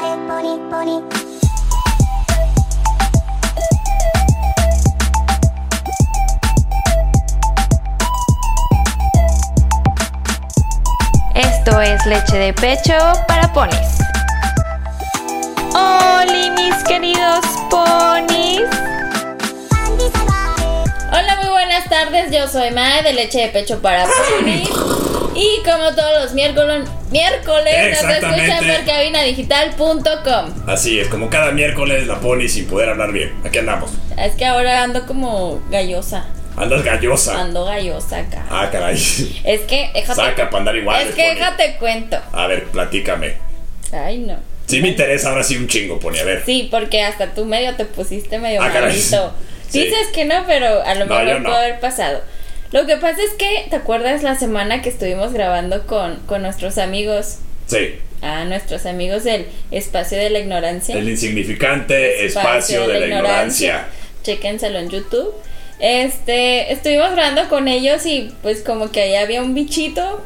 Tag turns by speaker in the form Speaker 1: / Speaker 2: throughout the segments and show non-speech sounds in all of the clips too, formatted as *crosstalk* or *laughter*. Speaker 1: pony, pony.
Speaker 2: Esto es leche de pecho para ponis. ¡Holi, mis queridos ponis!
Speaker 1: Andy se va.
Speaker 3: Hola, muy buenas tardes. Yo soy Mae de Leche de Pecho para Ponis. Y como todos los miércoles, miércoles nos
Speaker 4: Exactamente.
Speaker 3: escuchan por cabinadigital.com.
Speaker 4: Así es, como cada miércoles la pone sin poder hablar bien. Aquí andamos.
Speaker 3: Es que ahora ando como gallosa.
Speaker 4: Andas gallosa.
Speaker 3: Ando gallosa acá.
Speaker 4: Ah, caray.
Speaker 3: Es que, déjate.
Speaker 4: Saca para andar igual.
Speaker 3: es que
Speaker 4: pony.
Speaker 3: déjate cuento.
Speaker 4: A ver, platícame.
Speaker 3: Ay, no.
Speaker 4: Sí me interesa ahora sí un chingo, pone. A ver.
Speaker 3: Sí, porque hasta tú medio te pusiste medio
Speaker 4: Ah, caray.
Speaker 3: malito.
Speaker 4: Sí.
Speaker 3: Dices que no, pero a lo
Speaker 4: No, yo
Speaker 3: mejor
Speaker 4: no.
Speaker 3: pudo haber pasado. Lo que pasa es que, ¿te acuerdas la semana que estuvimos grabando con, con nuestros amigos?
Speaker 4: Sí.
Speaker 3: A nuestros amigos del espacio de la ignorancia.
Speaker 4: El insignificante espacio, de, la ignorancia.
Speaker 3: Chéquenselo en YouTube. Este, estuvimos grabando con ellos y pues como que ahí había un bichito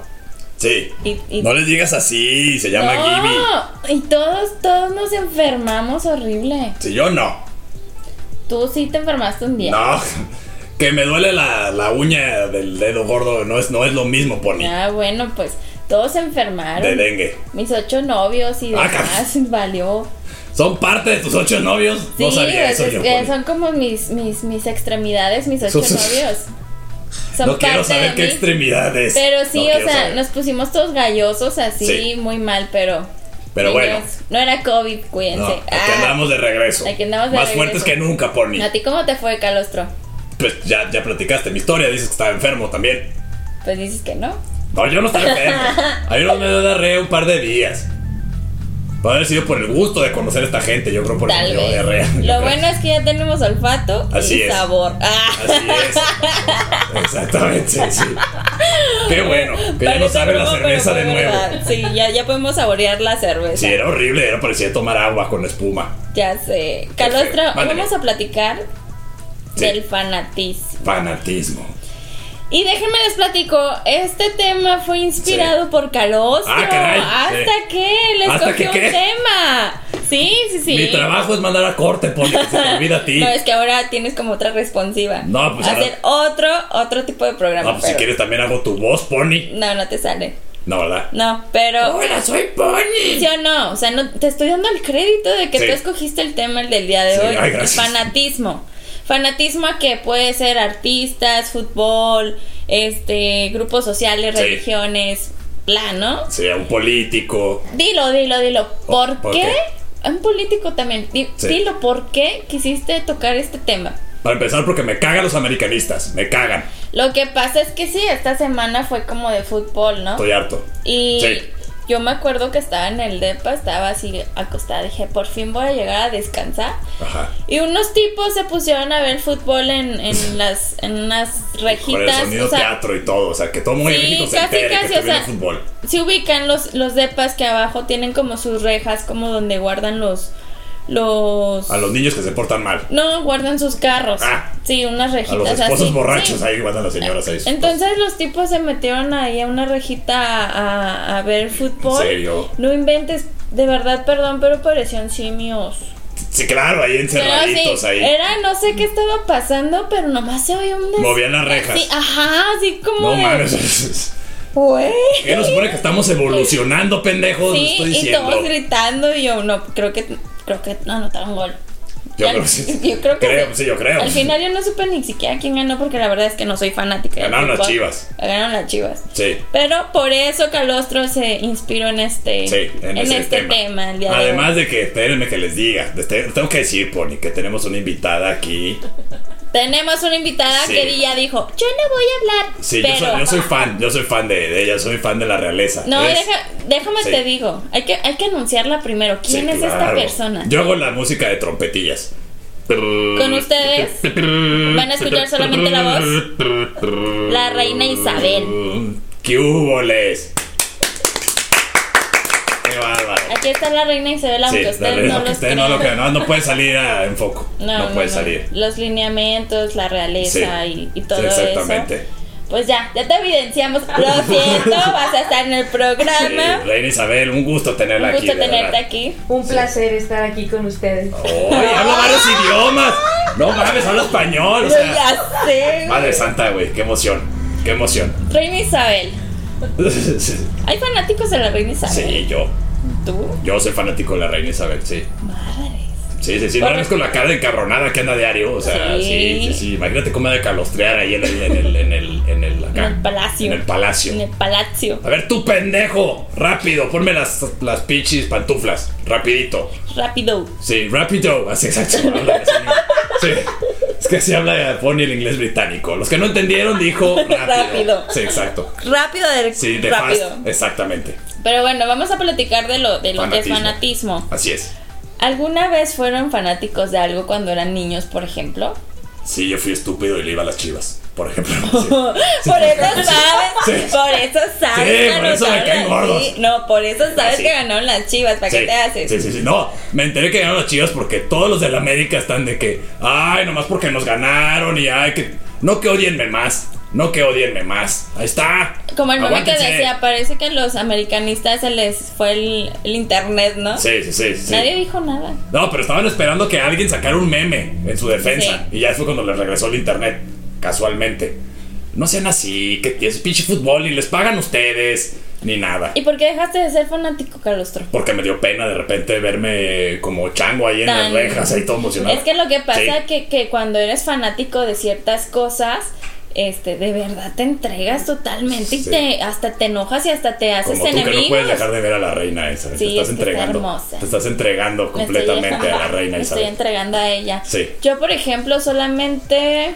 Speaker 4: Sí.
Speaker 3: y, y
Speaker 4: No les digas así, se llama Gibby.
Speaker 3: No, y todos, todos nos enfermamos horrible.
Speaker 4: Si yo no.
Speaker 3: Tú sí te enfermaste un día.
Speaker 4: No. Que me duele la, la uña del dedo gordo, no es, no es lo mismo, Pony.
Speaker 3: Ah, bueno, pues todos se enfermaron.
Speaker 4: De dengue.
Speaker 3: Mis ocho novios y
Speaker 4: Ah,
Speaker 3: demás valió.
Speaker 4: ¿Son parte de tus ocho novios? no
Speaker 3: sí,
Speaker 4: sabía
Speaker 3: pues,
Speaker 4: eso
Speaker 3: es
Speaker 4: yo.
Speaker 3: que
Speaker 4: Pony.
Speaker 3: son como mis, mis, mis extremidades, mis ocho
Speaker 4: Sus- *laughs*
Speaker 3: novios. Son
Speaker 4: no quiero
Speaker 3: parte
Speaker 4: saber
Speaker 3: de
Speaker 4: qué
Speaker 3: mí.
Speaker 4: extremidades.
Speaker 3: Pero sí,
Speaker 4: No
Speaker 3: o
Speaker 4: quiero
Speaker 3: sea,
Speaker 4: saber.
Speaker 3: nos pusimos todos gallosos así,
Speaker 4: Sí.
Speaker 3: muy mal, pero.
Speaker 4: Pero bueno.
Speaker 3: No era COVID, cuídense.
Speaker 4: No, aquí
Speaker 3: Ah,
Speaker 4: andamos de regreso.
Speaker 3: aquí andamos de
Speaker 4: Más
Speaker 3: regreso.
Speaker 4: fuertes que nunca, Pony.
Speaker 3: ¿A ti cómo te fue, Calostro?
Speaker 4: Pues ya, ya platicaste mi historia, dices que estaba enfermo también.
Speaker 3: Pues dices que no.
Speaker 4: No, yo no
Speaker 3: *laughs*
Speaker 4: estaba enfermo. A mí no me diarrea un par de días. Puede haber sido por el gusto de conocer a esta gente, yo creo por
Speaker 3: Tal
Speaker 4: el
Speaker 3: vez.
Speaker 4: diarrea. yo
Speaker 3: Lo
Speaker 4: creo.
Speaker 3: bueno es que ya tenemos olfato
Speaker 4: Así
Speaker 3: y
Speaker 4: es.
Speaker 3: sabor. Ah.
Speaker 4: Así es. Exactamente, sí. Qué bueno, que ya no
Speaker 3: Parece
Speaker 4: sabe la
Speaker 3: broma,
Speaker 4: cerveza de
Speaker 3: pero fue
Speaker 4: nuevo.
Speaker 3: verdad. Sí, ya, ya podemos saborear la cerveza.
Speaker 4: Sí, era horrible, era parecía tomar agua con espuma.
Speaker 3: Ya sé. Calostro,
Speaker 4: Mándeme.
Speaker 3: vamos a platicar
Speaker 4: Sí.
Speaker 3: del fanatismo.
Speaker 4: Fanatismo.
Speaker 3: Y déjenme les platico, este tema fue inspirado por Calostro.
Speaker 4: Ah, caray,
Speaker 3: hasta
Speaker 4: sí.
Speaker 3: que les
Speaker 4: ¿Hasta que
Speaker 3: cogió
Speaker 4: qué?
Speaker 3: un tema. Sí, sí, sí.
Speaker 4: Mi trabajo es mandar a corte, Pony, que se te olvida a ti.
Speaker 3: No, es que ahora tienes como otra responsiva.
Speaker 4: No, pues ahora-
Speaker 3: Hacer otro, otro tipo de programa.
Speaker 4: Ah, pues si
Speaker 3: pero-
Speaker 4: quieres también hago tu voz, Pony.
Speaker 3: No, no te sale.
Speaker 4: No, ¿verdad?
Speaker 3: No, pero.
Speaker 4: ¡Hola, soy Pony!
Speaker 3: ¿Sí o no? O sea, no, te estoy dando el crédito de que
Speaker 4: Sí.
Speaker 3: tú escogiste el tema el del día de
Speaker 4: Sí,
Speaker 3: hoy.
Speaker 4: ay, gracias.
Speaker 3: Fanatismo. Fanatismo a que puede ser artistas, fútbol, este, grupos sociales,
Speaker 4: Sí.
Speaker 3: religiones, bla, ¿no?
Speaker 4: Sea un político.
Speaker 3: Dilo, dilo, dilo. ¿Por,
Speaker 4: Oh, ¿por
Speaker 3: qué?
Speaker 4: qué?
Speaker 3: Un político también. Di-
Speaker 4: Sí.
Speaker 3: Dilo, ¿por qué quisiste tocar este tema?
Speaker 4: Para empezar, porque me cagan los americanistas. Me cagan.
Speaker 3: Lo que pasa es que sí, esta semana fue como de fútbol, ¿no?
Speaker 4: Estoy harto.
Speaker 3: Y
Speaker 4: Sí.
Speaker 3: yo me acuerdo que estaba en el DEPA, estaba así acostada, dije, por fin voy a llegar a descansar.
Speaker 4: Ajá.
Speaker 3: Y unos tipos se pusieron a ver fútbol en,
Speaker 4: *laughs*
Speaker 3: en las en unas
Speaker 4: Con el
Speaker 3: rejitas.
Speaker 4: sonido
Speaker 3: o sea,
Speaker 4: teatro y todo. O sea, que todo el mundo en
Speaker 3: Sí,
Speaker 4: México se
Speaker 3: casi,
Speaker 4: entere
Speaker 3: casi,
Speaker 4: que
Speaker 3: o
Speaker 4: estoy viendo
Speaker 3: sea-
Speaker 4: fútbol.
Speaker 3: se ubican los, los depas que abajo tienen como sus rejas, como donde guardan los los
Speaker 4: A los niños que se portan mal.
Speaker 3: no guardan sus carros.
Speaker 4: Ah.
Speaker 3: sí, unas
Speaker 4: A los
Speaker 3: rejitas
Speaker 4: esposos
Speaker 3: así.
Speaker 4: borrachos.
Speaker 3: Sí.
Speaker 4: Ahí van las señoras ahí.
Speaker 3: Entonces los tipos se metieron ahí a una rejita a, a- a ver fútbol.
Speaker 4: ¿En serio?
Speaker 3: No inventes, de verdad, perdón, pero parecían simios.
Speaker 4: Sí, claro, ahí
Speaker 3: Pero
Speaker 4: encerraditos
Speaker 3: sí,
Speaker 4: ahí.
Speaker 3: Era, no sé qué estaba pasando, pero nomás se oía un des...
Speaker 4: Movían las rejas.
Speaker 3: Sí, ajá, así como
Speaker 4: No
Speaker 3: de...
Speaker 4: mames. *laughs*
Speaker 3: "Güey".
Speaker 4: ¿Qué nos supone que estamos evolucionando, pendejos?
Speaker 3: Sí,
Speaker 4: estoy
Speaker 3: y
Speaker 4: diciendo.
Speaker 3: todos gritando y yo, no, creo que, creo que no anotaron gol.
Speaker 4: Yo
Speaker 3: Ya-
Speaker 4: creo que sí.
Speaker 3: Yo creo que
Speaker 4: Creo, sí, yo creo.
Speaker 3: Al final yo no supe ni siquiera quién ganó porque la verdad es que no soy fanática. del
Speaker 4: Ganaron las
Speaker 3: fútbol.
Speaker 4: Chivas.
Speaker 3: Ganaron las chivas.
Speaker 4: Sí.
Speaker 3: Pero por eso Calostro se inspiró en este,
Speaker 4: Sí, en, ese
Speaker 3: este tema. el día de hoy.
Speaker 4: Además de, que, espérenme que les diga, les te- les tengo que decir, Pony, que tenemos una invitada aquí.
Speaker 3: Tenemos una invitada
Speaker 4: Sí.
Speaker 3: que ya dijo, yo no voy a hablar.
Speaker 4: Sí,
Speaker 3: pero... ah.
Speaker 4: yo, soy, yo soy fan, yo soy fan de, de ella, soy fan de la realeza.
Speaker 3: No,
Speaker 4: Es-
Speaker 3: deja- déjame
Speaker 4: Sí.
Speaker 3: te digo, hay que, hay que anunciarla primero.
Speaker 4: Sí,
Speaker 3: ¿Quién es esta
Speaker 4: claro.
Speaker 3: persona?
Speaker 4: Yo hago la música de trompetillas.
Speaker 3: Con ustedes van a escuchar solamente la voz, la reina Isabel.
Speaker 4: ¡Qué hubo, les! ¡Qué bárbaro!
Speaker 3: Aquí está la reina Isabel,
Speaker 4: Sí,
Speaker 3: aunque
Speaker 4: la
Speaker 3: ustedes
Speaker 4: realeza
Speaker 3: no
Speaker 4: que
Speaker 3: lo
Speaker 4: ustedes no lo crean, no, no puede salir a- en foco. No, puede salir.
Speaker 3: Los lineamientos, la realeza y, y todo
Speaker 4: sí, exactamente.
Speaker 3: eso. Pues ya, ya te evidenciamos.
Speaker 4: *laughs*
Speaker 3: Lo siento, vas a estar en el programa.
Speaker 4: Sí, Reina Isabel, un gusto tenerla
Speaker 3: Un
Speaker 4: aquí.
Speaker 3: gusto
Speaker 4: de
Speaker 3: tenerte
Speaker 4: verdad.
Speaker 3: aquí.
Speaker 5: Un placer estar aquí con ustedes.
Speaker 4: ¡Ay, habla varios idiomas! No mames, habla español. O
Speaker 3: Yo
Speaker 4: sea,
Speaker 3: ya sé.
Speaker 4: madre santa, güey, qué emoción. Qué emoción. *laughs*
Speaker 3: Reina Isabel.
Speaker 4: Sí,
Speaker 3: Hay fanáticos de la Reina Isabel.
Speaker 4: yo.
Speaker 3: ¿Tú?
Speaker 4: Yo soy fanático de la reina Isabel, sí.
Speaker 3: Madres.
Speaker 4: Sí, sí, sí. No la ves con la cara de encarronada que anda diario. O sea, sí,
Speaker 3: Sí.
Speaker 4: sí, sí. Imagínate cómo ha de calostrear ahí en el, en el, en el, en el, acá.
Speaker 3: En el palacio.
Speaker 4: En el palacio.
Speaker 3: En el palacio.
Speaker 4: A ver, tú pendejo. Rápido, ponme las, las pinches pantuflas. Rapidito.
Speaker 3: Rápido.
Speaker 4: Sí, rápido. Así exacto. habla así. Sí. Es que así habla Pony el inglés británico. Los que no entendieron dijo rápido.
Speaker 3: Rápido.
Speaker 4: Sí, exacto.
Speaker 3: Rápido del
Speaker 4: Sí, de
Speaker 3: rápido.
Speaker 4: fast. Exactamente.
Speaker 3: Pero bueno, vamos a platicar de lo, de lo que es
Speaker 4: Fanatismo.
Speaker 3: fanatismo.
Speaker 4: Así es.
Speaker 3: ¿Alguna vez fueron fanáticos de algo cuando eran niños, por ejemplo? *laughs*
Speaker 4: Sí, yo fui estúpido y le iba a las chivas, por ejemplo.
Speaker 3: *laughs*
Speaker 4: Sí.
Speaker 3: Por eso sabes,
Speaker 4: Sí.
Speaker 3: por eso sabes.
Speaker 4: Sí,
Speaker 3: que
Speaker 4: por eso me
Speaker 3: anotaron
Speaker 4: caen
Speaker 3: las-
Speaker 4: gordos.
Speaker 3: sí, No, por eso sabes
Speaker 4: Sí.
Speaker 3: que ganaron las chivas, ¿para qué
Speaker 4: Sí,
Speaker 3: te haces?
Speaker 4: Sí, sí, sí. No, me enteré que ganaron los chivas porque todos los de la América están de que, ay, nomás porque nos ganaron y ay, que. No que odienme más. No que odienme más. Ahí está.
Speaker 3: Como el meme que
Speaker 4: Aguántense.
Speaker 3: decía, parece que a los americanistas se les fue el, el internet, ¿no?
Speaker 4: Sí, sí, sí. sí.
Speaker 3: Nadie dijo nada.
Speaker 4: No, pero estaban esperando que alguien sacara un meme en su defensa. Y ya fue cuando les regresó el internet. Casualmente. No sean así, que es pinche fútbol y les pagan ustedes. Ni nada.
Speaker 3: ¿Y por qué dejaste de ser fanático, Calostro?
Speaker 4: Porque me dio pena de repente verme como chango ahí en las
Speaker 3: Tan-
Speaker 4: rejas, ahí todo emocionado.
Speaker 3: Es que lo que pasa
Speaker 4: Sí.
Speaker 3: es que, que cuando eres fanático de ciertas cosas, este, de verdad te entregas totalmente y
Speaker 4: Sí.
Speaker 3: te, hasta te enojas y hasta te haces
Speaker 4: Como tú que
Speaker 3: enemigos.
Speaker 4: no puedes dejar de ver a la reina esa. te
Speaker 3: Sí,
Speaker 4: estás
Speaker 3: es que está
Speaker 4: entregando.
Speaker 3: hermosa.
Speaker 4: Te estás entregando
Speaker 3: Me estoy
Speaker 4: completamente a
Speaker 3: dejando-
Speaker 4: la reina
Speaker 3: me Estoy
Speaker 4: Isabel.
Speaker 3: entregando a ella.
Speaker 4: Sí.
Speaker 3: Yo, por ejemplo, solamente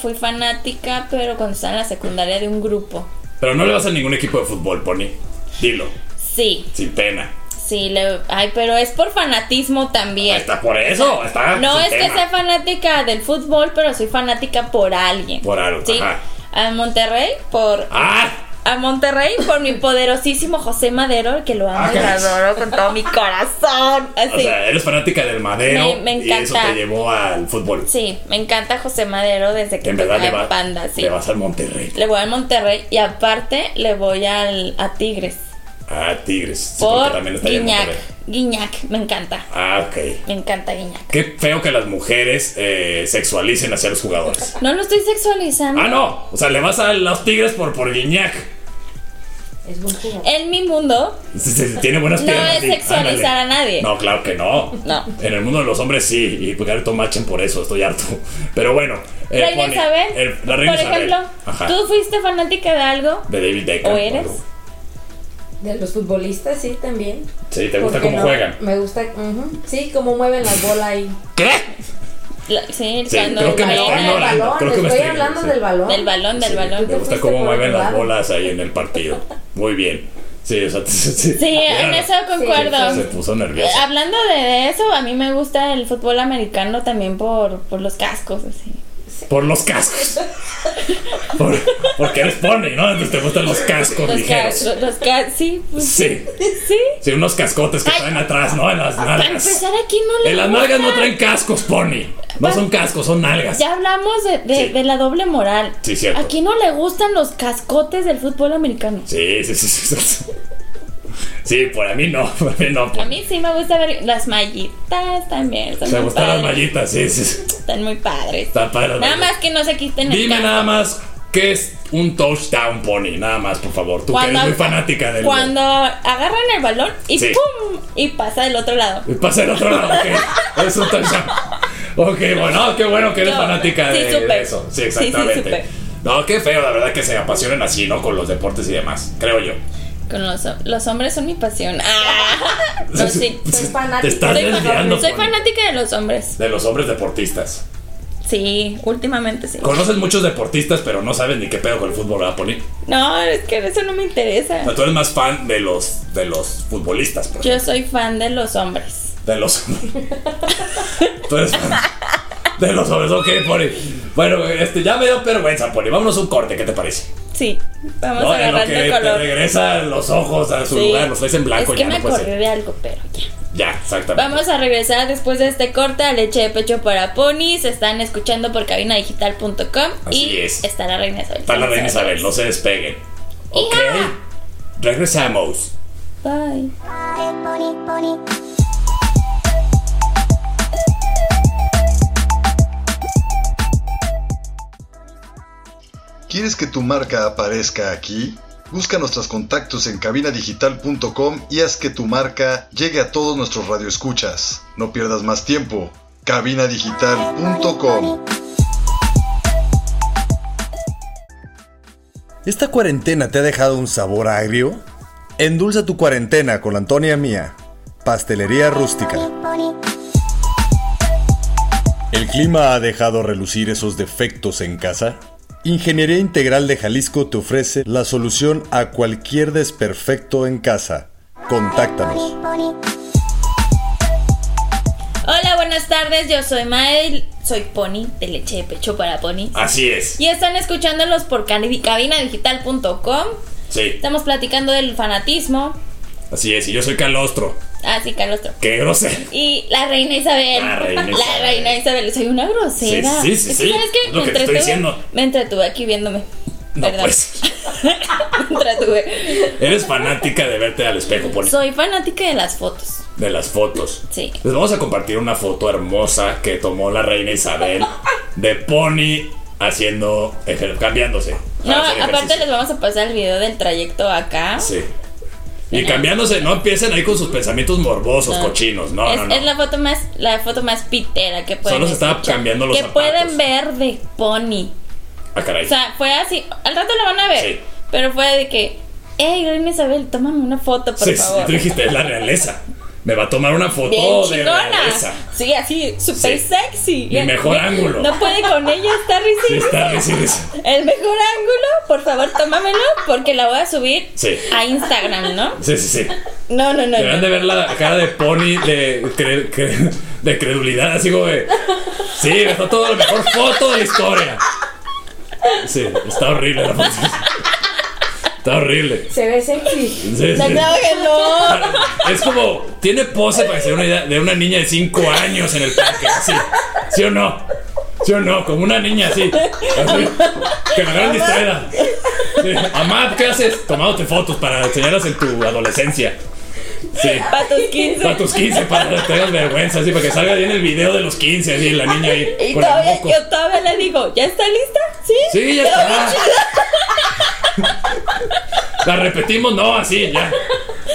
Speaker 3: fui fanática, pero cuando estaba en la secundaria de un grupo.
Speaker 4: Pero no le vas a ningún equipo de fútbol, Pony. Dilo,
Speaker 3: Sí,
Speaker 4: sin pena.
Speaker 3: sí, le, ay, pero es por fanatismo también.
Speaker 4: Ahí Está por eso. Está
Speaker 3: No
Speaker 4: sin
Speaker 3: es que
Speaker 4: tema.
Speaker 3: sea fanática del fútbol, pero soy fanática por alguien.
Speaker 4: Por algo,
Speaker 3: Sí.
Speaker 4: ajá.
Speaker 3: A Monterrey por
Speaker 4: ¡Ah!
Speaker 3: a Monterrey por mi poderosísimo José Madero, que lo amo
Speaker 4: Ah,
Speaker 3: y lo
Speaker 4: caray.
Speaker 3: adoro con todo mi corazón.
Speaker 4: *laughs* O
Speaker 3: Así.
Speaker 4: sea, eres fanática del madero.
Speaker 3: Me- me
Speaker 4: Y eso
Speaker 3: encanta.
Speaker 4: te llevó al fútbol.
Speaker 3: sí, me encanta José Madero desde que
Speaker 4: en verdad le,
Speaker 3: tocaba
Speaker 4: va-
Speaker 3: en Panda, sí.
Speaker 4: le vas al Monterrey.
Speaker 3: Le voy al Monterrey y aparte le voy al a Tigres
Speaker 4: A Ah, Tigres. sí, porque
Speaker 3: por
Speaker 4: también está ahí en
Speaker 3: Guiñac.
Speaker 4: Monterrey.
Speaker 3: Guiñac, me encanta.
Speaker 4: Ah, ok.
Speaker 3: Me encanta Guiñac.
Speaker 4: Qué feo que las mujeres eh, sexualicen hacia los jugadores.
Speaker 3: No lo estoy sexualizando.
Speaker 4: Ah, no. O sea, le vas a los Tigres por, por Guiñac.
Speaker 5: Es buen jugador.
Speaker 3: En mi mundo
Speaker 4: Sí, sí, sí, Tiene buenas
Speaker 3: No
Speaker 4: piernas.
Speaker 3: es
Speaker 4: sí.
Speaker 3: sexualizar
Speaker 4: Ándale.
Speaker 3: a nadie.
Speaker 4: No, claro que no.
Speaker 3: No.
Speaker 4: En el mundo de los hombres sí. Y porque harto machen por eso. Estoy harto. Pero bueno. eh,
Speaker 3: Reina
Speaker 4: Pony,
Speaker 3: Isabel,
Speaker 4: el- la reina
Speaker 3: por
Speaker 4: Isabel.
Speaker 3: ejemplo,
Speaker 4: Ajá.
Speaker 3: ¿tú fuiste fanática de algo?
Speaker 4: De David Beckham.
Speaker 3: ¿O eres?
Speaker 4: algo.
Speaker 5: De los futbolistas, sí, también.
Speaker 4: Sí, te gusta
Speaker 5: ¿Por qué
Speaker 4: cómo
Speaker 5: no?
Speaker 4: juegan.
Speaker 5: Me gusta, ujú. sí, cómo mueven la bola ahí.
Speaker 4: ¿Qué?
Speaker 3: La- sí,
Speaker 4: Sí,
Speaker 3: cuando
Speaker 4: creo
Speaker 3: el
Speaker 4: que me
Speaker 3: balón,
Speaker 4: estoy
Speaker 5: Del
Speaker 4: ignorando. creo
Speaker 5: balón,
Speaker 4: que me
Speaker 5: estoy
Speaker 4: estoy-
Speaker 5: hablando
Speaker 4: sí.
Speaker 5: del balón.
Speaker 3: Del balón, del
Speaker 4: Sí,
Speaker 3: balón.
Speaker 4: Me
Speaker 5: Tú te
Speaker 4: gusta
Speaker 5: fuiste
Speaker 4: cómo
Speaker 5: por
Speaker 4: mueven
Speaker 5: otro
Speaker 4: las
Speaker 5: lado.
Speaker 4: bolas ahí en el partido. Muy bien. Sí, o sea, *laughs* sí.
Speaker 3: Sí, en
Speaker 4: Míralo.
Speaker 3: eso concuerdo.
Speaker 4: Se puso nervioso.
Speaker 3: Hablando de, de eso, a mí me gusta el fútbol americano también por, por los cascos, así.
Speaker 4: Por los
Speaker 3: *laughs*
Speaker 4: cascos. Por- porque eres pony, ¿no? Entonces te gustan los cascos
Speaker 3: Los
Speaker 4: ligeros.
Speaker 3: cascos, los ca- sí, pues,
Speaker 4: Sí.
Speaker 3: sí.
Speaker 4: Sí, unos cascotes que
Speaker 3: Ay. Ah, pues,
Speaker 4: traen atrás, ¿no? En las
Speaker 3: Para
Speaker 4: nalgas.
Speaker 3: empezar aquí no le
Speaker 4: En las
Speaker 3: gusta.
Speaker 4: nalgas no traen cascos, pony. No son cascos, son nalgas.
Speaker 3: Ya hablamos de, de-
Speaker 4: Sí.
Speaker 3: de la doble moral.
Speaker 4: Sí, cierto.
Speaker 3: Aquí no le gustan los cascotes del fútbol americano.
Speaker 4: Sí, sí, sí, sí. Sí, Sí, por a mí no, *laughs* por a mí no.
Speaker 3: A mí sí me gusta ver las mallitas también. Son
Speaker 4: Se
Speaker 3: muy
Speaker 4: gustan las
Speaker 3: padres.
Speaker 4: mallitas, sí, sí, sí.
Speaker 3: Están muy padres.
Speaker 4: Está padre.
Speaker 3: Nada más que no se quiten el
Speaker 4: Dime
Speaker 3: casco.
Speaker 4: nada más qué es un touchdown, pony. Nada más, por favor. Tú que eres muy fanática del.
Speaker 3: Cuando agarran el balón y
Speaker 4: Sí.
Speaker 3: ¡pum! Y pasa del otro lado.
Speaker 4: Y Pues Pasa el otro lado, ok. Es un touchdown. Ok, bueno, qué bueno que eres
Speaker 3: Yo,
Speaker 4: fanática
Speaker 3: sí,
Speaker 4: de,
Speaker 3: súper.
Speaker 4: de eso.
Speaker 3: Sí,
Speaker 4: Sí,
Speaker 3: sí,
Speaker 4: exactamente.
Speaker 3: súper.
Speaker 4: no, qué feo, la verdad, que se apasionen así, ¿no? Con los deportes y demás, creo yo.
Speaker 3: Con los, los hombres son mi pasión.
Speaker 4: *laughs*
Speaker 3: ¡Ah! No, sí.
Speaker 5: Soy fanática.
Speaker 4: Te estás
Speaker 5: Soy
Speaker 4: desviando.
Speaker 5: fanática.
Speaker 3: Soy
Speaker 4: Pony,
Speaker 3: fanática de los hombres.
Speaker 4: De los hombres deportistas.
Speaker 3: Sí, últimamente sí.
Speaker 4: Conoces muchos deportistas, pero no sabes ni qué pedo con el fútbol, ¿verdad, Pony?
Speaker 3: No, es que eso no me interesa.
Speaker 4: O sea, tú eres más fan de los, de los futbolistas, por
Speaker 3: Yo
Speaker 4: ejemplo.
Speaker 3: soy fan de los hombres.
Speaker 4: De los *laughs* Tú eres fan de los hombres, ok, Pony. Bueno, este, ya me dio vergüenza, Pony. Vámonos a un corte, ¿qué te parece?
Speaker 3: Sí, vamos
Speaker 4: No,
Speaker 3: a
Speaker 4: en lo
Speaker 3: agarrar
Speaker 4: que
Speaker 3: de
Speaker 4: te
Speaker 3: color.
Speaker 4: regresan los ojos a su
Speaker 3: Sí.
Speaker 4: lugar, los traes en blanco
Speaker 3: es que
Speaker 4: ya,
Speaker 3: me
Speaker 4: no puede
Speaker 3: acordé
Speaker 4: ser.
Speaker 3: de algo, pero ya.
Speaker 4: Ya. Exactamente.
Speaker 3: Vamos a regresar después de este corte a leche de pecho para ponis. Están escuchando por cabinadigital.com
Speaker 4: Así
Speaker 3: y
Speaker 4: es.
Speaker 3: está la reina Isabel.
Speaker 4: Está la reina Isabel, no se despeguen. Ok.
Speaker 3: Hija.
Speaker 4: Regresamos.
Speaker 3: Bye.
Speaker 1: pony pony
Speaker 6: ¿Quieres que tu marca aparezca aquí? Busca nuestros contactos en cabinadigital.com y haz que tu marca llegue a todos nuestros radioescuchas. No pierdas más tiempo. cabinadigital.com
Speaker 7: ¿Esta cuarentena te ha dejado un sabor agrio? Endulza tu cuarentena con la Antonia Mía, Pastelería Rústica.
Speaker 1: pony
Speaker 7: ¿El clima ha dejado relucir esos defectos en casa? Ingeniería Integral de Jalisco te ofrece la solución a cualquier desperfecto en casa. Contáctanos.
Speaker 1: pony
Speaker 3: Hola, buenas tardes. Yo soy Mael. Soy Pony de leche de pecho para ponis.
Speaker 4: Así es.
Speaker 3: Y están escuchándolos por cani- cabinadigital.com.
Speaker 4: Sí,
Speaker 3: Estamos platicando del fanatismo. Ah,
Speaker 4: así es. Y yo soy Calostro.
Speaker 3: Así que al otro.
Speaker 4: Qué grosero.
Speaker 3: Y la reina Isabel.
Speaker 4: La reina
Speaker 3: *laughs* La
Speaker 4: Isabel.
Speaker 3: reina Isabel. Soy una grosera.
Speaker 4: Sí, sí,
Speaker 3: Es
Speaker 4: sí,
Speaker 3: que,
Speaker 4: sí.
Speaker 3: ¿Sabes qué?
Speaker 4: Es lo que te estoy diciendo.
Speaker 3: me entretuve aquí viéndome.
Speaker 4: No,
Speaker 3: Perdón.
Speaker 4: pues.
Speaker 3: *laughs* me entretuve.
Speaker 4: Eres fanática de verte al espejo, Pony.
Speaker 3: Soy fanática de las fotos.
Speaker 4: De las fotos.
Speaker 3: Sí.
Speaker 4: Les vamos a compartir una foto hermosa que tomó la reina Isabel de Pony haciendo. ejer- cambiándose.
Speaker 3: No,
Speaker 4: para hacer
Speaker 3: aparte
Speaker 4: ejercicio.
Speaker 3: les vamos a pasar el video del trayecto acá.
Speaker 4: Sí. Y cambiándose, no empiecen ahí con sus pensamientos morbosos,
Speaker 3: No.
Speaker 4: cochinos. No,
Speaker 3: es,
Speaker 4: no, no.
Speaker 3: es la foto más la foto más pitera que pueden
Speaker 4: Solo se estaba
Speaker 3: escuchar.
Speaker 4: cambiando los
Speaker 3: que
Speaker 4: zapatos.
Speaker 3: pueden ver de Pony.
Speaker 4: Ah, caray.
Speaker 3: O sea, fue así, al rato la van a ver.
Speaker 4: Sí.
Speaker 3: Pero fue de que, hey, Reina Isabel, tómame una foto, por
Speaker 4: Sí, sí,
Speaker 3: favor.
Speaker 4: tú dijiste, es la realeza. Me va a tomar una foto
Speaker 3: Bien
Speaker 4: "Oh, de
Speaker 3: chingona.
Speaker 4: realeza.
Speaker 3: Sí, así, súper
Speaker 4: Sí.
Speaker 3: sexy.
Speaker 4: Mi mejor ángulo.
Speaker 3: No puede con ella, está
Speaker 4: Sí,
Speaker 3: risible.
Speaker 4: está, sí, sí, sí.
Speaker 3: El mejor ángulo, por favor, tómamelo porque la voy a subir
Speaker 4: Sí.
Speaker 3: a Instagram, ¿no?
Speaker 4: Sí, sí, sí.
Speaker 3: No, no, no.
Speaker 4: Deberían
Speaker 3: no.
Speaker 4: de ver la cara de Pony de, cre- cre- de credulidad, así como de. Sí, me está todo la mejor foto de la historia. Sí, está horrible la foto. Está horrible.
Speaker 5: Se ve sexy.
Speaker 4: Sí, sí.
Speaker 3: No, claro que no.
Speaker 4: *laughs* Es como, tiene pose para que se dé una idea de una niña de 5 años en el parque, así. ¿Sí o no? ¿Sí o no? Como una niña así. así que me agarran distraída. Sí. Amad, ¿qué haces? Tomándote fotos para enseñarlas en tu adolescencia. Sí.
Speaker 3: Para tus 15.
Speaker 4: Para tus 15, para que tengas vergüenza, así, para que salga bien el video de los 15, así, la niña ahí.
Speaker 3: Y
Speaker 4: con el
Speaker 3: todavía,
Speaker 4: moco.
Speaker 3: yo todavía le digo, ¿ya está lista? Sí.
Speaker 4: Sí, ya está. La repetimos, no, así, ya.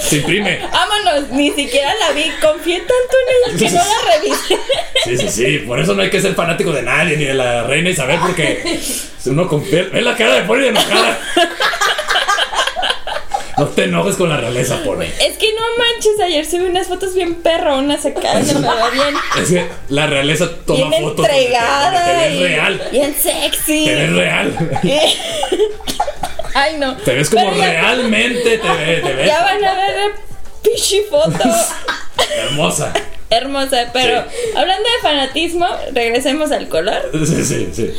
Speaker 4: Se imprime.
Speaker 3: Vámonos, ni siquiera la vi. Confié tanto en ella que no la revisé.
Speaker 4: Sí, sí, sí. Por eso no hay que ser fanático de nadie, ni de la reina Isabel,
Speaker 3: *laughs*
Speaker 4: porque uno confía. Ve la cara de Pony de enojada. No te enojes con la realeza, Pony.
Speaker 3: Es que no manches, ayer subí unas fotos bien perro, unas acá, no me va bien.
Speaker 4: Es que la realeza toma
Speaker 3: Bien
Speaker 4: fotos. donde te- donde Te,
Speaker 3: entregada.
Speaker 4: ves
Speaker 3: y-
Speaker 4: real.
Speaker 3: Bien sexy.
Speaker 4: Te
Speaker 3: *laughs*
Speaker 4: ves real.
Speaker 3: Ay, no.
Speaker 4: Te ves como ¿eh?
Speaker 3: Pero ya-
Speaker 4: realmente te ves. Te ves
Speaker 3: Ya van a ver la pichi foto.
Speaker 4: *laughs* hermosa.
Speaker 3: Hermosa, pero hablando de fanatismo, regresemos al color.
Speaker 4: Sí, sí, sí.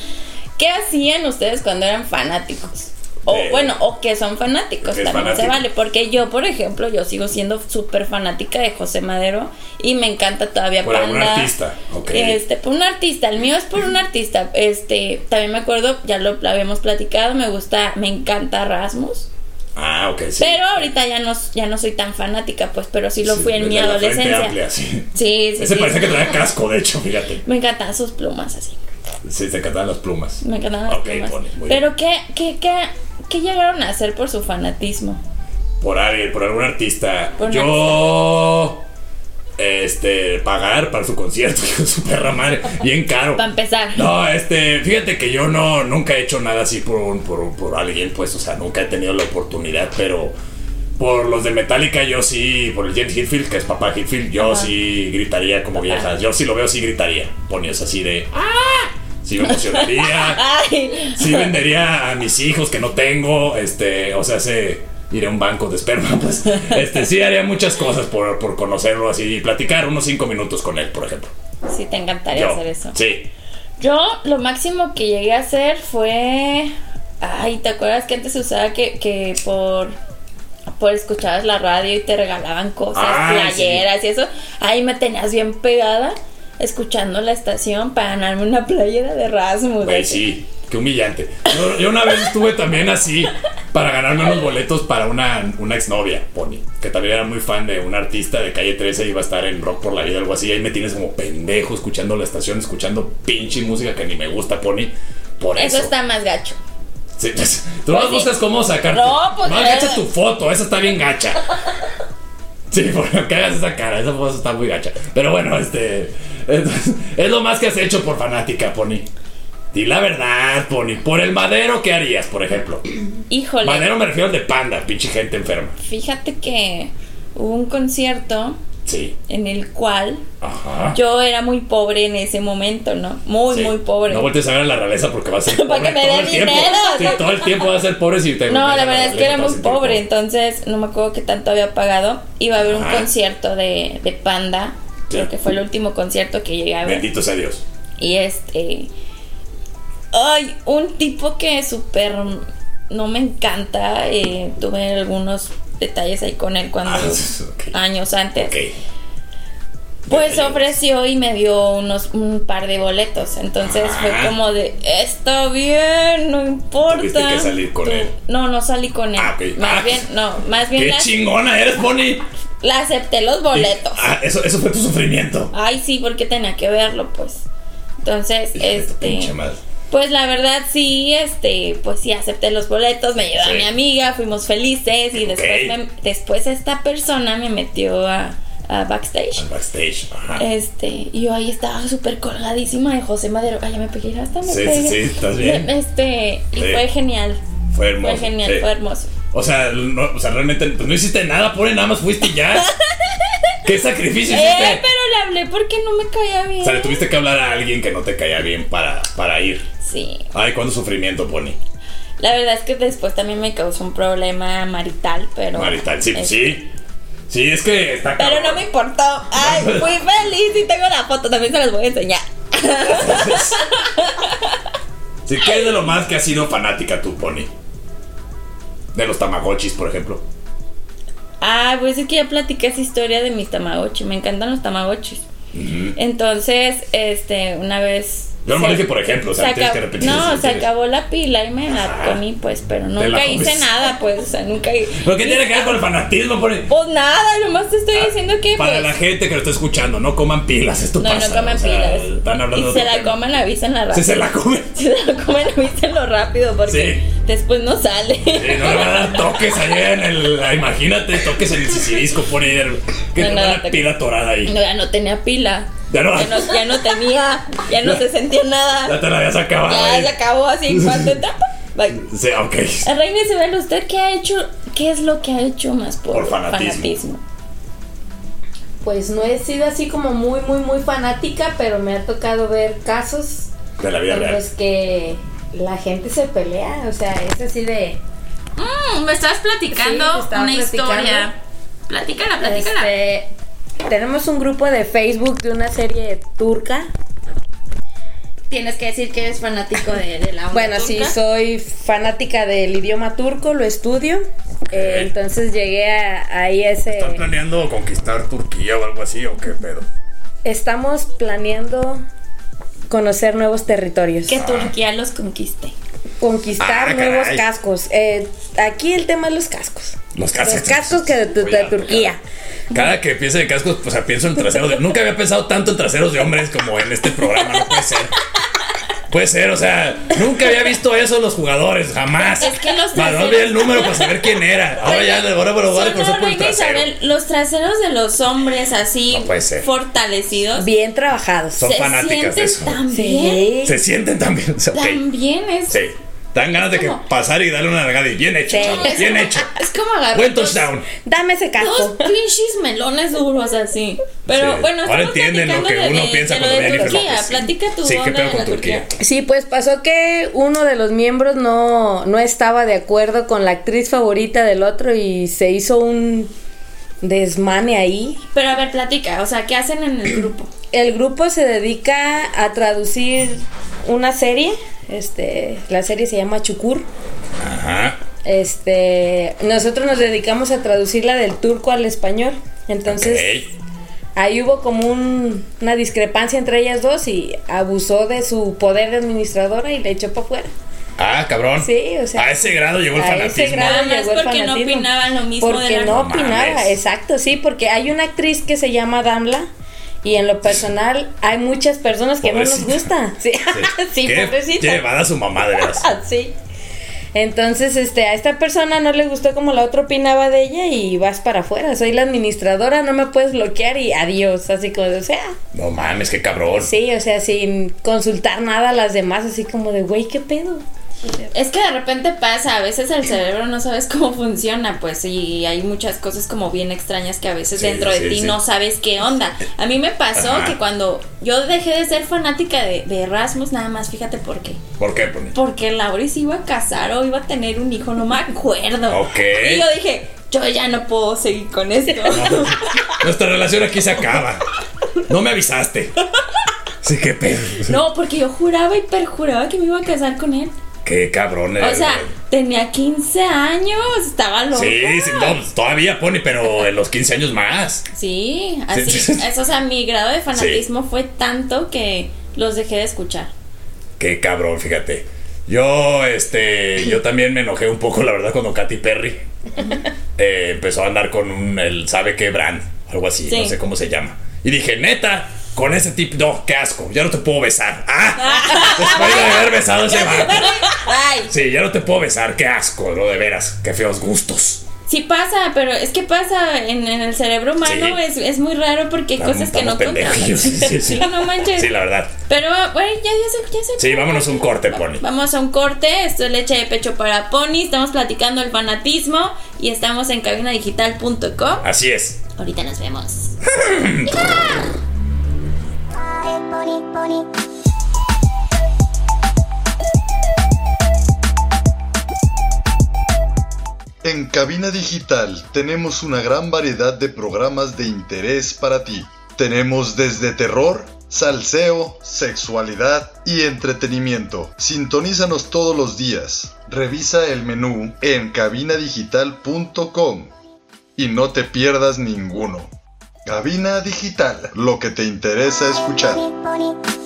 Speaker 3: ¿Qué hacían ustedes cuando eran fanáticos? O
Speaker 4: Eh,
Speaker 3: bueno, o que son fanáticos,
Speaker 4: que es
Speaker 3: también se
Speaker 4: fanático.
Speaker 3: vale. Porque yo, por ejemplo, yo sigo siendo súper fanática de José Madero y me encanta todavía
Speaker 4: Por algún
Speaker 3: Panda.
Speaker 4: artista, ok.
Speaker 3: Este, por un artista, el mío es por un artista. Este, también me acuerdo, ya lo, lo habíamos platicado, me gusta, me encanta Rasmus.
Speaker 4: Ah, ok, sí.
Speaker 3: Pero ahorita ya no, ya no soy tan fanática, pues, pero sí lo
Speaker 4: Sí,
Speaker 3: fui en
Speaker 4: desde
Speaker 3: mi
Speaker 4: la frente
Speaker 3: adolescencia.
Speaker 4: amplia, sí.
Speaker 3: Sí, sí,
Speaker 4: Ese
Speaker 3: sí.
Speaker 4: parece que trae casco, de hecho, fíjate.
Speaker 3: Me encantan sus plumas así.
Speaker 4: Sí, te encantan las plumas.
Speaker 3: Me encantan las
Speaker 4: Ok,
Speaker 3: plumas.
Speaker 4: Pony, muy bien.
Speaker 3: Pero ¿qué, qué, qué, qué llegaron a hacer por su fanatismo?
Speaker 4: por alguien, por algún artista.
Speaker 3: Por un
Speaker 4: yo. Este, pagar para su concierto, *laughs* hijo de su perra madre, bien caro.
Speaker 3: Para empezar.
Speaker 4: No, este, fíjate que yo no, nunca he hecho nada así por, un- por, un- por alguien, pues, o sea, nunca he tenido la oportunidad, pero por los de Metallica, yo sí, por el James Hetfield, que es papá Hetfield, yo sí gritaría como viejas, yo sí lo veo, sí gritaría. Ponías así de, ¡ah! Sí me
Speaker 3: *laughs*
Speaker 4: emocionaría.
Speaker 3: *laughs* Ay,
Speaker 4: Sí vendería a mis hijos que no tengo, este, o sea, se iré a un banco de esperma, *laughs* pues, este, sí haría muchas cosas por, por conocerlo así y platicar unos cinco minutos con él, por ejemplo.
Speaker 3: sí, te encantaría
Speaker 4: Yo,
Speaker 3: hacer eso.
Speaker 4: sí,
Speaker 3: Yo lo máximo que llegué a hacer fue... Ay, ¿te acuerdas que antes se usaba que, que por... por escuchabas la radio y te regalaban cosas,
Speaker 4: Ah,
Speaker 3: playeras y eso. Ahí me tenías bien pegada escuchando la estación para ganarme una playera de Rasmus.
Speaker 4: Güey,
Speaker 3: así.
Speaker 4: sí, qué humillante. Yo, yo una vez estuve también así para ganarme unos boletos para una, una exnovia, Pony, que también era muy fan de un artista de calle 13, iba a estar en Rock por la Vida, algo así. Ahí me tienes como pendejo escuchando la estación, escuchando pinche música que ni me gusta, Pony. Por eso.
Speaker 3: Eso está más gacho.
Speaker 4: Sí, pues, tú no
Speaker 3: Pues sí.
Speaker 4: buscas cómo sacarte.
Speaker 3: No, pues,
Speaker 4: Más
Speaker 3: eh.
Speaker 4: gacha tu foto, esa está bien gacha. Sí, *laughs* porque que hagas esa cara, esa foto está muy gacha. Pero bueno, este. entonces, es lo más que has hecho por fanática, Pony. Di la verdad, Pony. Por el madero, ¿qué harías, por ejemplo?
Speaker 3: Híjole.
Speaker 4: Madero me refiero al de panda, pinche gente enferma.
Speaker 3: Fíjate que hubo un concierto
Speaker 4: Sí.
Speaker 3: en el cual
Speaker 4: Ajá.
Speaker 3: yo era muy pobre en ese momento, ¿no? Muy,
Speaker 4: Sí.
Speaker 3: muy pobre.
Speaker 4: No voltees a ver a la realeza porque vas a
Speaker 3: *laughs*
Speaker 4: ser
Speaker 3: Para
Speaker 4: pobre
Speaker 3: que me
Speaker 4: todo
Speaker 3: dé
Speaker 4: el tiempo.
Speaker 3: dinero.
Speaker 4: Sí, todo el tiempo vas a ser pobre si te
Speaker 3: No,
Speaker 4: volteas a
Speaker 3: la verdad es que
Speaker 4: realeza,
Speaker 3: era
Speaker 4: te vas
Speaker 3: muy
Speaker 4: a sentir
Speaker 3: pobre, entonces no me acuerdo qué tanto había pagado. Iba a haber un
Speaker 4: Ajá.
Speaker 3: concierto de, de Panda,
Speaker 4: Sí.
Speaker 3: creo que fue el último concierto que llegué a ver.
Speaker 4: Bendito sea Dios.
Speaker 3: Y este. Ay, un tipo que súper. No me encanta. eh, tuve algunos detalles ahí con él cuando.
Speaker 4: Ah, *laughs* ok.
Speaker 3: Años antes.
Speaker 4: Ok.
Speaker 3: Pues
Speaker 4: Detalles.
Speaker 3: ofreció y me dio unos un par de boletos. Entonces
Speaker 4: Ajá.
Speaker 3: fue como de está bien, no importa.
Speaker 4: Ah. Tuviste que salir con él.
Speaker 3: No, no salí con él.
Speaker 4: Ah, ok.
Speaker 3: Más
Speaker 4: Ah.
Speaker 3: bien, no, más bien
Speaker 4: ¡Qué
Speaker 3: la,
Speaker 4: chingona eres, Bonnie!
Speaker 3: la acepté los boletos.
Speaker 4: Ah, eso, eso fue tu sufrimiento.
Speaker 3: Ay, sí, porque tenía que verlo, pues. Entonces,
Speaker 4: Hijo de tu
Speaker 3: este.
Speaker 4: pinche madre.
Speaker 3: Pues la verdad sí, este, pues sí acepté los boletos, me ayudó a
Speaker 4: Sí.
Speaker 3: mi amiga, fuimos felices y después
Speaker 4: Ok.
Speaker 3: me- después esta persona me metió a, a backstage.
Speaker 4: Al backstage. Ajá.
Speaker 3: Este, y yo ahí estaba súper colgadísima de José Madero. Ay, ya me pegué, hasta me
Speaker 4: Sí,
Speaker 3: pegué.
Speaker 4: sí, sí, ¿estás bien?
Speaker 3: Me- *laughs* Este, y
Speaker 4: Sí.
Speaker 3: fue genial.
Speaker 4: fue hermoso.
Speaker 3: Fue genial,
Speaker 4: sí.
Speaker 3: fue hermoso.
Speaker 4: O sea, no, o sea, realmente pues, no hiciste nada, pobre, nada más fuiste
Speaker 3: *laughs*
Speaker 4: y ya. ¿Qué sacrificio hiciste?
Speaker 3: Eh, pero le hablé porque no me caía bien.
Speaker 4: O sea, le tuviste que hablar a alguien que no te caía bien para, para ir.
Speaker 3: Sí.
Speaker 4: Ay, cuánto sufrimiento, Pony.
Speaker 3: La verdad es que después también me causó un problema marital, pero.
Speaker 4: Marital, sí,
Speaker 3: Eh,
Speaker 4: sí. Sí, es que está
Speaker 3: Pero no
Speaker 4: cabrón.
Speaker 3: me importó.
Speaker 4: *laughs*
Speaker 3: Ay, fui feliz y tengo la foto. También se las voy a enseñar.
Speaker 4: Sí, ¿qué es de lo más que has sido fanática tú, Pony? De los Tamagotchis, por ejemplo.
Speaker 3: Ah, pues es que ya platiqué esa historia de mis tamagotchi. Me encantan los tamagotchis. Entonces, este, una vez.
Speaker 4: Yo nomás
Speaker 3: se-
Speaker 4: dije por ejemplo, o sea,
Speaker 3: se
Speaker 4: tienes
Speaker 3: acab-
Speaker 4: que repetir eso,
Speaker 3: No, se
Speaker 4: tienes.
Speaker 3: acabó la pila y me la comí, pues, pero
Speaker 4: la
Speaker 3: nunca hice
Speaker 4: comiste.
Speaker 3: nada, pues, o sea, nunca. hi-
Speaker 4: ¿Pero qué tiene que ver con el fanatismo, Pony?
Speaker 3: Pues nada, nomás te estoy diciendo que.
Speaker 4: Para
Speaker 3: pues,
Speaker 4: la gente que lo está escuchando, no coman pilas, esto
Speaker 3: No,
Speaker 4: pasa.
Speaker 3: no comen
Speaker 4: o sea,
Speaker 3: pilas.
Speaker 4: Están hablando
Speaker 3: y
Speaker 4: de
Speaker 3: se
Speaker 4: otro
Speaker 3: la
Speaker 4: tema.
Speaker 3: comen, avísenla
Speaker 4: Si
Speaker 3: rápido.
Speaker 4: se la comen.
Speaker 3: Si *laughs* se la comen, avísenlo rápido, porque
Speaker 4: Sí.
Speaker 3: después no sale.
Speaker 4: Sí, no le van a dar toques allá en el. Imagínate, toques en el sisirisco, Pony. del- Que
Speaker 3: No,
Speaker 4: te
Speaker 3: no,
Speaker 4: van
Speaker 3: no
Speaker 4: a
Speaker 3: te-
Speaker 4: pila torada ahí.
Speaker 3: No, *laughs* ya no tenía pila.
Speaker 4: Ya no,
Speaker 3: Ya no, ya no tenía, ya no se sentía
Speaker 4: ya
Speaker 3: nada.
Speaker 4: te la habías acabado.
Speaker 3: Ya
Speaker 4: ahí.
Speaker 3: se acabó así en
Speaker 4: *laughs*
Speaker 3: cuanto etapa. Bye.
Speaker 4: Sí, ok.
Speaker 3: Reina Isabel, ¿usted qué ha hecho? ¿Qué es lo que ha hecho más por,
Speaker 4: Por fanatismo.
Speaker 5: Pues no he sido así como muy, muy, muy fanática, pero me ha tocado ver casos
Speaker 4: De la vida
Speaker 5: en
Speaker 4: real.
Speaker 3: pues,
Speaker 5: los que la gente se pelea. O sea, es así de.
Speaker 3: Mm, me estabas platicando
Speaker 5: Sí, te estaba
Speaker 3: una
Speaker 5: platicando.
Speaker 3: historia. Platícala, platícala.
Speaker 5: Este, tenemos un grupo de Facebook de una serie turca.
Speaker 3: Tienes que decir que eres fanático de, de la onda
Speaker 5: Bueno, sí,
Speaker 3: turca.
Speaker 5: soy fanática del idioma turco, lo estudio. Eh, entonces llegué a, ahí a ese.
Speaker 3: eh,
Speaker 4: ¿Están planeando conquistar Turquía o algo así o qué pedo?
Speaker 5: Estamos planeando conocer nuevos territorios.
Speaker 3: Que Turquía los conquiste.
Speaker 5: Conquistar
Speaker 4: Ah,
Speaker 5: nuevos
Speaker 4: caray. Ah,
Speaker 5: cascos. Eh, aquí el tema es los cascos.
Speaker 4: Los
Speaker 5: Los
Speaker 4: cascos.
Speaker 5: cascos que de, de- de
Speaker 4: Cuidado,
Speaker 5: Turquía.
Speaker 4: Cada que pienso en cascos, o sea, pienso en traseros de. Nunca había pensado tanto en traseros de hombres como en este programa, no puede ser. Puede ser, o sea, nunca había visto eso en los jugadores, jamás.
Speaker 3: Es que los
Speaker 4: Más no
Speaker 3: traseros-
Speaker 4: vi el número para saber quién era. Ahora ya le ahora me lo voy a
Speaker 3: Son
Speaker 4: reconocer por el
Speaker 3: Reina
Speaker 4: trasero.
Speaker 3: Isabel, los traseros de los hombres así
Speaker 4: No puede ser.
Speaker 3: fortalecidos.
Speaker 5: Bien trabajados.
Speaker 4: Son fanáticas de eso.
Speaker 3: tan bien.
Speaker 5: Sí.
Speaker 4: Se sienten también. o sea, ok.
Speaker 3: Tan bien es. *laughs*
Speaker 4: Sí. Dan ganas de que pasar y darle una nalgada y bien hecho,
Speaker 5: Sí. Ah, pues,
Speaker 4: chavos,
Speaker 5: *laughs*
Speaker 4: bien hecho.
Speaker 3: Es como agarrar
Speaker 4: Buen
Speaker 3: dos,
Speaker 4: touchdown.
Speaker 5: Dame ese
Speaker 3: dos
Speaker 5: casco.
Speaker 3: pinches melones duros así. Pero
Speaker 4: Sí.
Speaker 3: bueno,
Speaker 4: Ahora
Speaker 3: estamos
Speaker 4: entienden lo
Speaker 3: platicando
Speaker 4: que
Speaker 3: de-
Speaker 4: uno
Speaker 3: de-
Speaker 4: piensa
Speaker 3: de lo
Speaker 4: cuando ve a
Speaker 3: de
Speaker 4: Jennifer
Speaker 3: Turquía.
Speaker 4: López.
Speaker 3: Platica tu
Speaker 4: Sí, ¿qué
Speaker 3: onda
Speaker 4: pedo
Speaker 3: de
Speaker 4: con
Speaker 3: la
Speaker 4: Turquía?
Speaker 5: Sí, pues pasó que uno de los miembros no, no estaba de acuerdo con la actriz favorita del otro y se hizo un desmane ahí.
Speaker 3: Pero a ver, platica, o sea, ¿qué hacen en el grupo?
Speaker 4: *clears throat*
Speaker 5: El grupo se dedica a traducir una serie. Este, la serie se llama Chukur.
Speaker 4: Ajá.
Speaker 5: Este, nosotros nos dedicamos a traducirla del turco al español. Entonces,
Speaker 4: Ok.
Speaker 5: ahí hubo como un- una discrepancia entre ellas dos y abusó de su poder de administradora y le echó para afuera.
Speaker 4: Ah, cabrón.
Speaker 5: Sí, o sea,
Speaker 4: A ese grado llegó el
Speaker 5: a ese
Speaker 4: fanatismo.
Speaker 5: grado
Speaker 3: Nada más
Speaker 5: llegó el
Speaker 3: porque no
Speaker 5: fanatismo.
Speaker 3: opinaban lo mismo
Speaker 5: Porque
Speaker 3: de la-
Speaker 5: no
Speaker 4: No
Speaker 5: opinaba,
Speaker 4: mames.
Speaker 5: exacto, sí, porque hay una actriz que se llama Damla y en lo personal hay muchas personas que no
Speaker 4: Pobrecita.
Speaker 5: nos gusta. *laughs* Sí, sí,
Speaker 4: Qué
Speaker 5: pobrecita.
Speaker 4: Llevada su mamá, de
Speaker 5: *laughs*
Speaker 4: veras.
Speaker 5: Sí. Entonces, este, a esta persona no le gustó como la otra opinaba de ella y vas para afuera. Soy la administradora, no me puedes bloquear y adiós. Así como, de, o sea,
Speaker 4: No mames, qué cabrón.
Speaker 5: sí, o sea, sin consultar nada a las demás, así como de, güey, ¿qué pedo?
Speaker 3: Es que de repente pasa, a veces el cerebro no sabes cómo funciona, pues, y hay muchas cosas como bien extrañas que a veces
Speaker 4: Sí,
Speaker 3: dentro de
Speaker 4: sí,
Speaker 3: ti
Speaker 4: sí.
Speaker 3: no sabes qué onda. A mí me pasó
Speaker 4: Ajá.
Speaker 3: que cuando yo dejé de ser fanática de, de Erasmus, nada más, fíjate por qué.
Speaker 4: ¿Por qué? Pone?
Speaker 3: Porque Laura se iba a casar o iba a tener un hijo, no me acuerdo.
Speaker 4: Ok.
Speaker 3: Y yo dije, yo ya no puedo seguir con esto.
Speaker 4: Nuestra relación aquí se acaba. No me avisaste. *laughs* Sí, qué pedo.
Speaker 3: no, porque yo juraba y perjuraba que me iba a casar con él.
Speaker 4: Qué cabrón.
Speaker 3: O
Speaker 4: eh,
Speaker 3: sea, tenía 15 años, estaba loca.
Speaker 4: Sí, sí, no, pues, todavía pone, pero en los 15 años más.
Speaker 3: Sí, así,
Speaker 4: Sí, sí, sí.
Speaker 3: es, o sea, mi grado de fanatismo fue tanto que los dejé de escuchar.
Speaker 4: Qué cabrón, fíjate. Yo, este, yo también me enojé un poco, la verdad, cuando Katy Perry eh, empezó a andar con un, el sabe qué brand, algo así,
Speaker 3: Sí.
Speaker 4: no sé cómo se llama. Y dije, neta, con ese tipo, no, qué asco, ya no te puedo besar.
Speaker 3: *laughs*
Speaker 4: Ah, después de haber besado a ese vato.
Speaker 3: Ay,
Speaker 4: Sí, ya no te puedo besar, qué asco, no, de veras, qué feos gustos.
Speaker 3: sí pasa, pero es que pasa en, en el cerebro humano,
Speaker 4: Sí.
Speaker 3: es, es muy raro porque hay
Speaker 4: Estamos-
Speaker 3: cosas que
Speaker 4: estamos
Speaker 3: no controlas.
Speaker 4: pendejillos, sí, sí,
Speaker 3: *laughs*
Speaker 4: sí.
Speaker 3: no manches.
Speaker 4: Sí, la verdad.
Speaker 3: Pero bueno, ya, ya se, ya se-
Speaker 4: Sí, vámonos un corte, Pony.
Speaker 3: Vamos a un corte, esto es leche de pecho para pony, estamos platicando el fanatismo y estamos en cabinadigital.com.
Speaker 4: Así es.
Speaker 3: Ahorita nos vemos.
Speaker 1: Pare, pony, pony.
Speaker 6: En Cabina Digital tenemos una gran variedad de programas de interés para ti. Tenemos desde terror, salseo, sexualidad y entretenimiento. Sintonízanos todos los días. Revisa el menú en cabinadigital.com y no te pierdas ninguno. Cabina Digital, lo que te interesa escuchar.
Speaker 1: Pare, pony.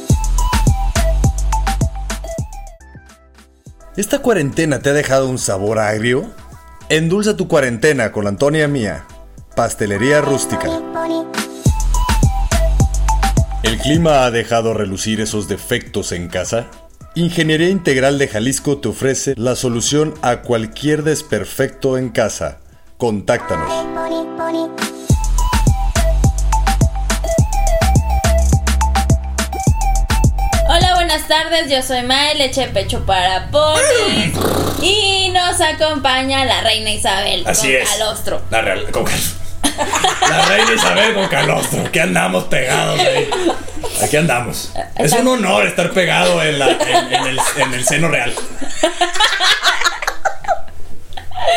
Speaker 7: ¿Esta cuarentena te ha dejado un sabor agrio? Endulza tu cuarentena con la Antonia Mía, Pastelería Rústica.
Speaker 1: Pony,
Speaker 7: ¿El clima ha dejado relucir esos defectos en casa? Ingeniería Integral de Jalisco te ofrece la solución a cualquier desperfecto en casa. Contáctanos.
Speaker 1: pony, pony.
Speaker 3: Hola, buenas tardes. Yo soy Mae, leche de pecho para
Speaker 4: *laughs*
Speaker 3: ponis. Y nos acompaña la reina Isabel
Speaker 4: Así
Speaker 3: con
Speaker 4: es.
Speaker 3: calostro. *laughs*
Speaker 4: La real, con cal- *laughs* La reina Isabel con calostro. Aquí andamos pegados, güey. Aquí andamos. Es un honor estar pegado en, la- en- en el, en el seno real.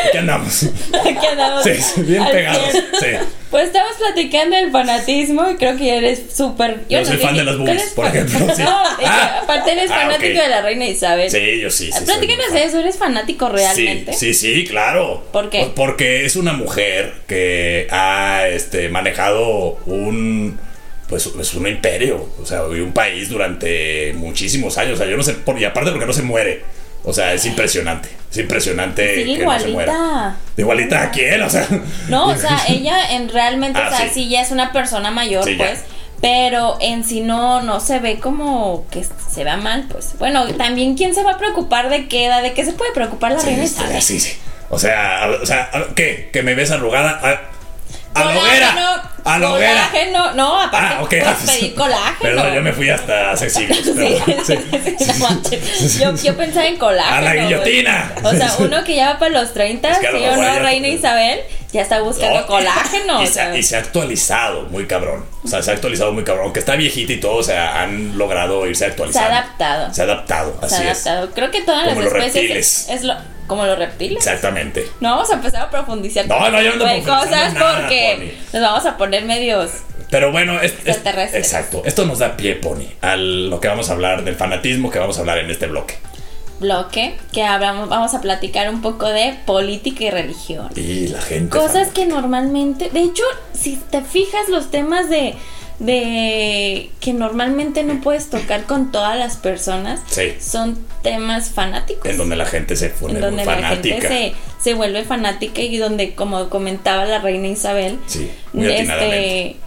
Speaker 4: Aquí andamos.
Speaker 3: Aquí andamos
Speaker 4: Sí, sí, bien
Speaker 3: al
Speaker 4: pegados.
Speaker 3: cien.
Speaker 4: Sí.
Speaker 3: Pues estamos platicando del fanatismo y creo que eres súper.
Speaker 4: Yo
Speaker 3: no
Speaker 4: soy
Speaker 3: sé
Speaker 4: fan
Speaker 3: ni-
Speaker 4: de las
Speaker 3: tú
Speaker 4: boobies,
Speaker 3: eres
Speaker 4: por
Speaker 3: fan-
Speaker 4: ejemplo,
Speaker 3: *laughs*
Speaker 4: sí.
Speaker 3: No, es que
Speaker 4: Ah.
Speaker 3: aparte eres
Speaker 4: Ah,
Speaker 3: fanático
Speaker 4: ok.
Speaker 3: de la reina Isabel.
Speaker 4: Sí, yo sí. sí soy
Speaker 3: Platícanos
Speaker 4: muy
Speaker 3: de
Speaker 4: fan.
Speaker 3: eso. ¿Eres fanático realmente?
Speaker 4: Sí, sí, sí, claro.
Speaker 3: ¿Por qué?
Speaker 4: Pues porque es una mujer que ha este, manejado un pues es un imperio, o sea, y un país durante muchísimos años, o sea, yo no sé, por, y aparte porque no se muere. O sea, es impresionante. Es impresionante
Speaker 3: Sí,
Speaker 4: que no se muera.
Speaker 3: igualita.
Speaker 4: Igualita a quién, o sea.
Speaker 3: No, o sea, ella en realmente,
Speaker 4: *laughs* Ah,
Speaker 3: o sea,
Speaker 4: sí.
Speaker 3: sí. ya es una persona mayor,
Speaker 4: Sí, ya.
Speaker 3: pues. Pero en sí no, no se ve como que se vea mal, pues. Bueno, también quién se va a preocupar de qué edad, de qué se puede preocupar la reina
Speaker 4: *laughs* Sí,
Speaker 3: Isabel.
Speaker 4: sí, sí. O sea, a- o sea, a- ¿qué? ¿Que me ves arrugada? A, a la hoguera.
Speaker 3: Colágeno,
Speaker 4: A la hoguera.
Speaker 3: Colágeno, no, aparte
Speaker 4: Ah, ok. *laughs*
Speaker 3: puedes pues, pedir colágeno.
Speaker 4: Perdón, yo me fui hasta hace siglos.
Speaker 3: *laughs* Sí,
Speaker 4: perdón. *laughs* Sí.
Speaker 3: no manches. Yo, yo pensaba en colágeno.
Speaker 4: A la
Speaker 3: güey.
Speaker 4: guillotina.
Speaker 3: O
Speaker 4: *laughs*
Speaker 3: sea, uno que ya va para los 30,
Speaker 4: Es que a lo
Speaker 3: sí o
Speaker 4: mejor
Speaker 3: no,
Speaker 4: ella-
Speaker 3: Reina Isabel, ya está buscando
Speaker 4: *laughs* No,
Speaker 3: colágeno.
Speaker 4: *laughs* Y
Speaker 3: o
Speaker 4: se,
Speaker 3: sea.
Speaker 4: ha- y se ha actualizado muy cabrón. O sea, se ha actualizado muy cabrón. Que está viejita y todo, o sea, han logrado irse actualizando.
Speaker 3: adaptado.
Speaker 4: Se ha adaptado,
Speaker 3: Se
Speaker 4: así
Speaker 3: ha
Speaker 4: es.
Speaker 3: adaptado. Creo que todas
Speaker 4: Como
Speaker 3: las
Speaker 4: los
Speaker 3: especies
Speaker 4: reptiles.
Speaker 3: es lo como los reptiles.
Speaker 4: Exactamente.
Speaker 3: No vamos a empezar a profundizar
Speaker 4: No,
Speaker 3: con
Speaker 4: no, yo no
Speaker 3: ese tipo
Speaker 4: ando
Speaker 3: de cosas
Speaker 4: profundizando nada,
Speaker 3: porque nos vamos a poner medios.
Speaker 4: Pero bueno, es, es-
Speaker 3: Extraterrestres.
Speaker 4: exacto. Esto nos da pie, Pony, a lo que vamos a hablar del fanatismo que vamos a hablar en este bloque.
Speaker 3: bloque que hablamos, vamos a platicar un poco de política y religión.
Speaker 4: Y la gente.
Speaker 3: Cosas
Speaker 4: fam-
Speaker 3: que normalmente, de hecho, si te fijas los temas de de que normalmente no puedes tocar con todas las personas,
Speaker 4: Sí.
Speaker 3: son temas fanáticos.
Speaker 4: En donde la gente se pone
Speaker 3: en donde
Speaker 4: muy
Speaker 3: la
Speaker 4: fanática.
Speaker 3: gente se, se vuelve fanática y donde, como comentaba la reina Isabel, este,
Speaker 4: Sí, muy atinadamente.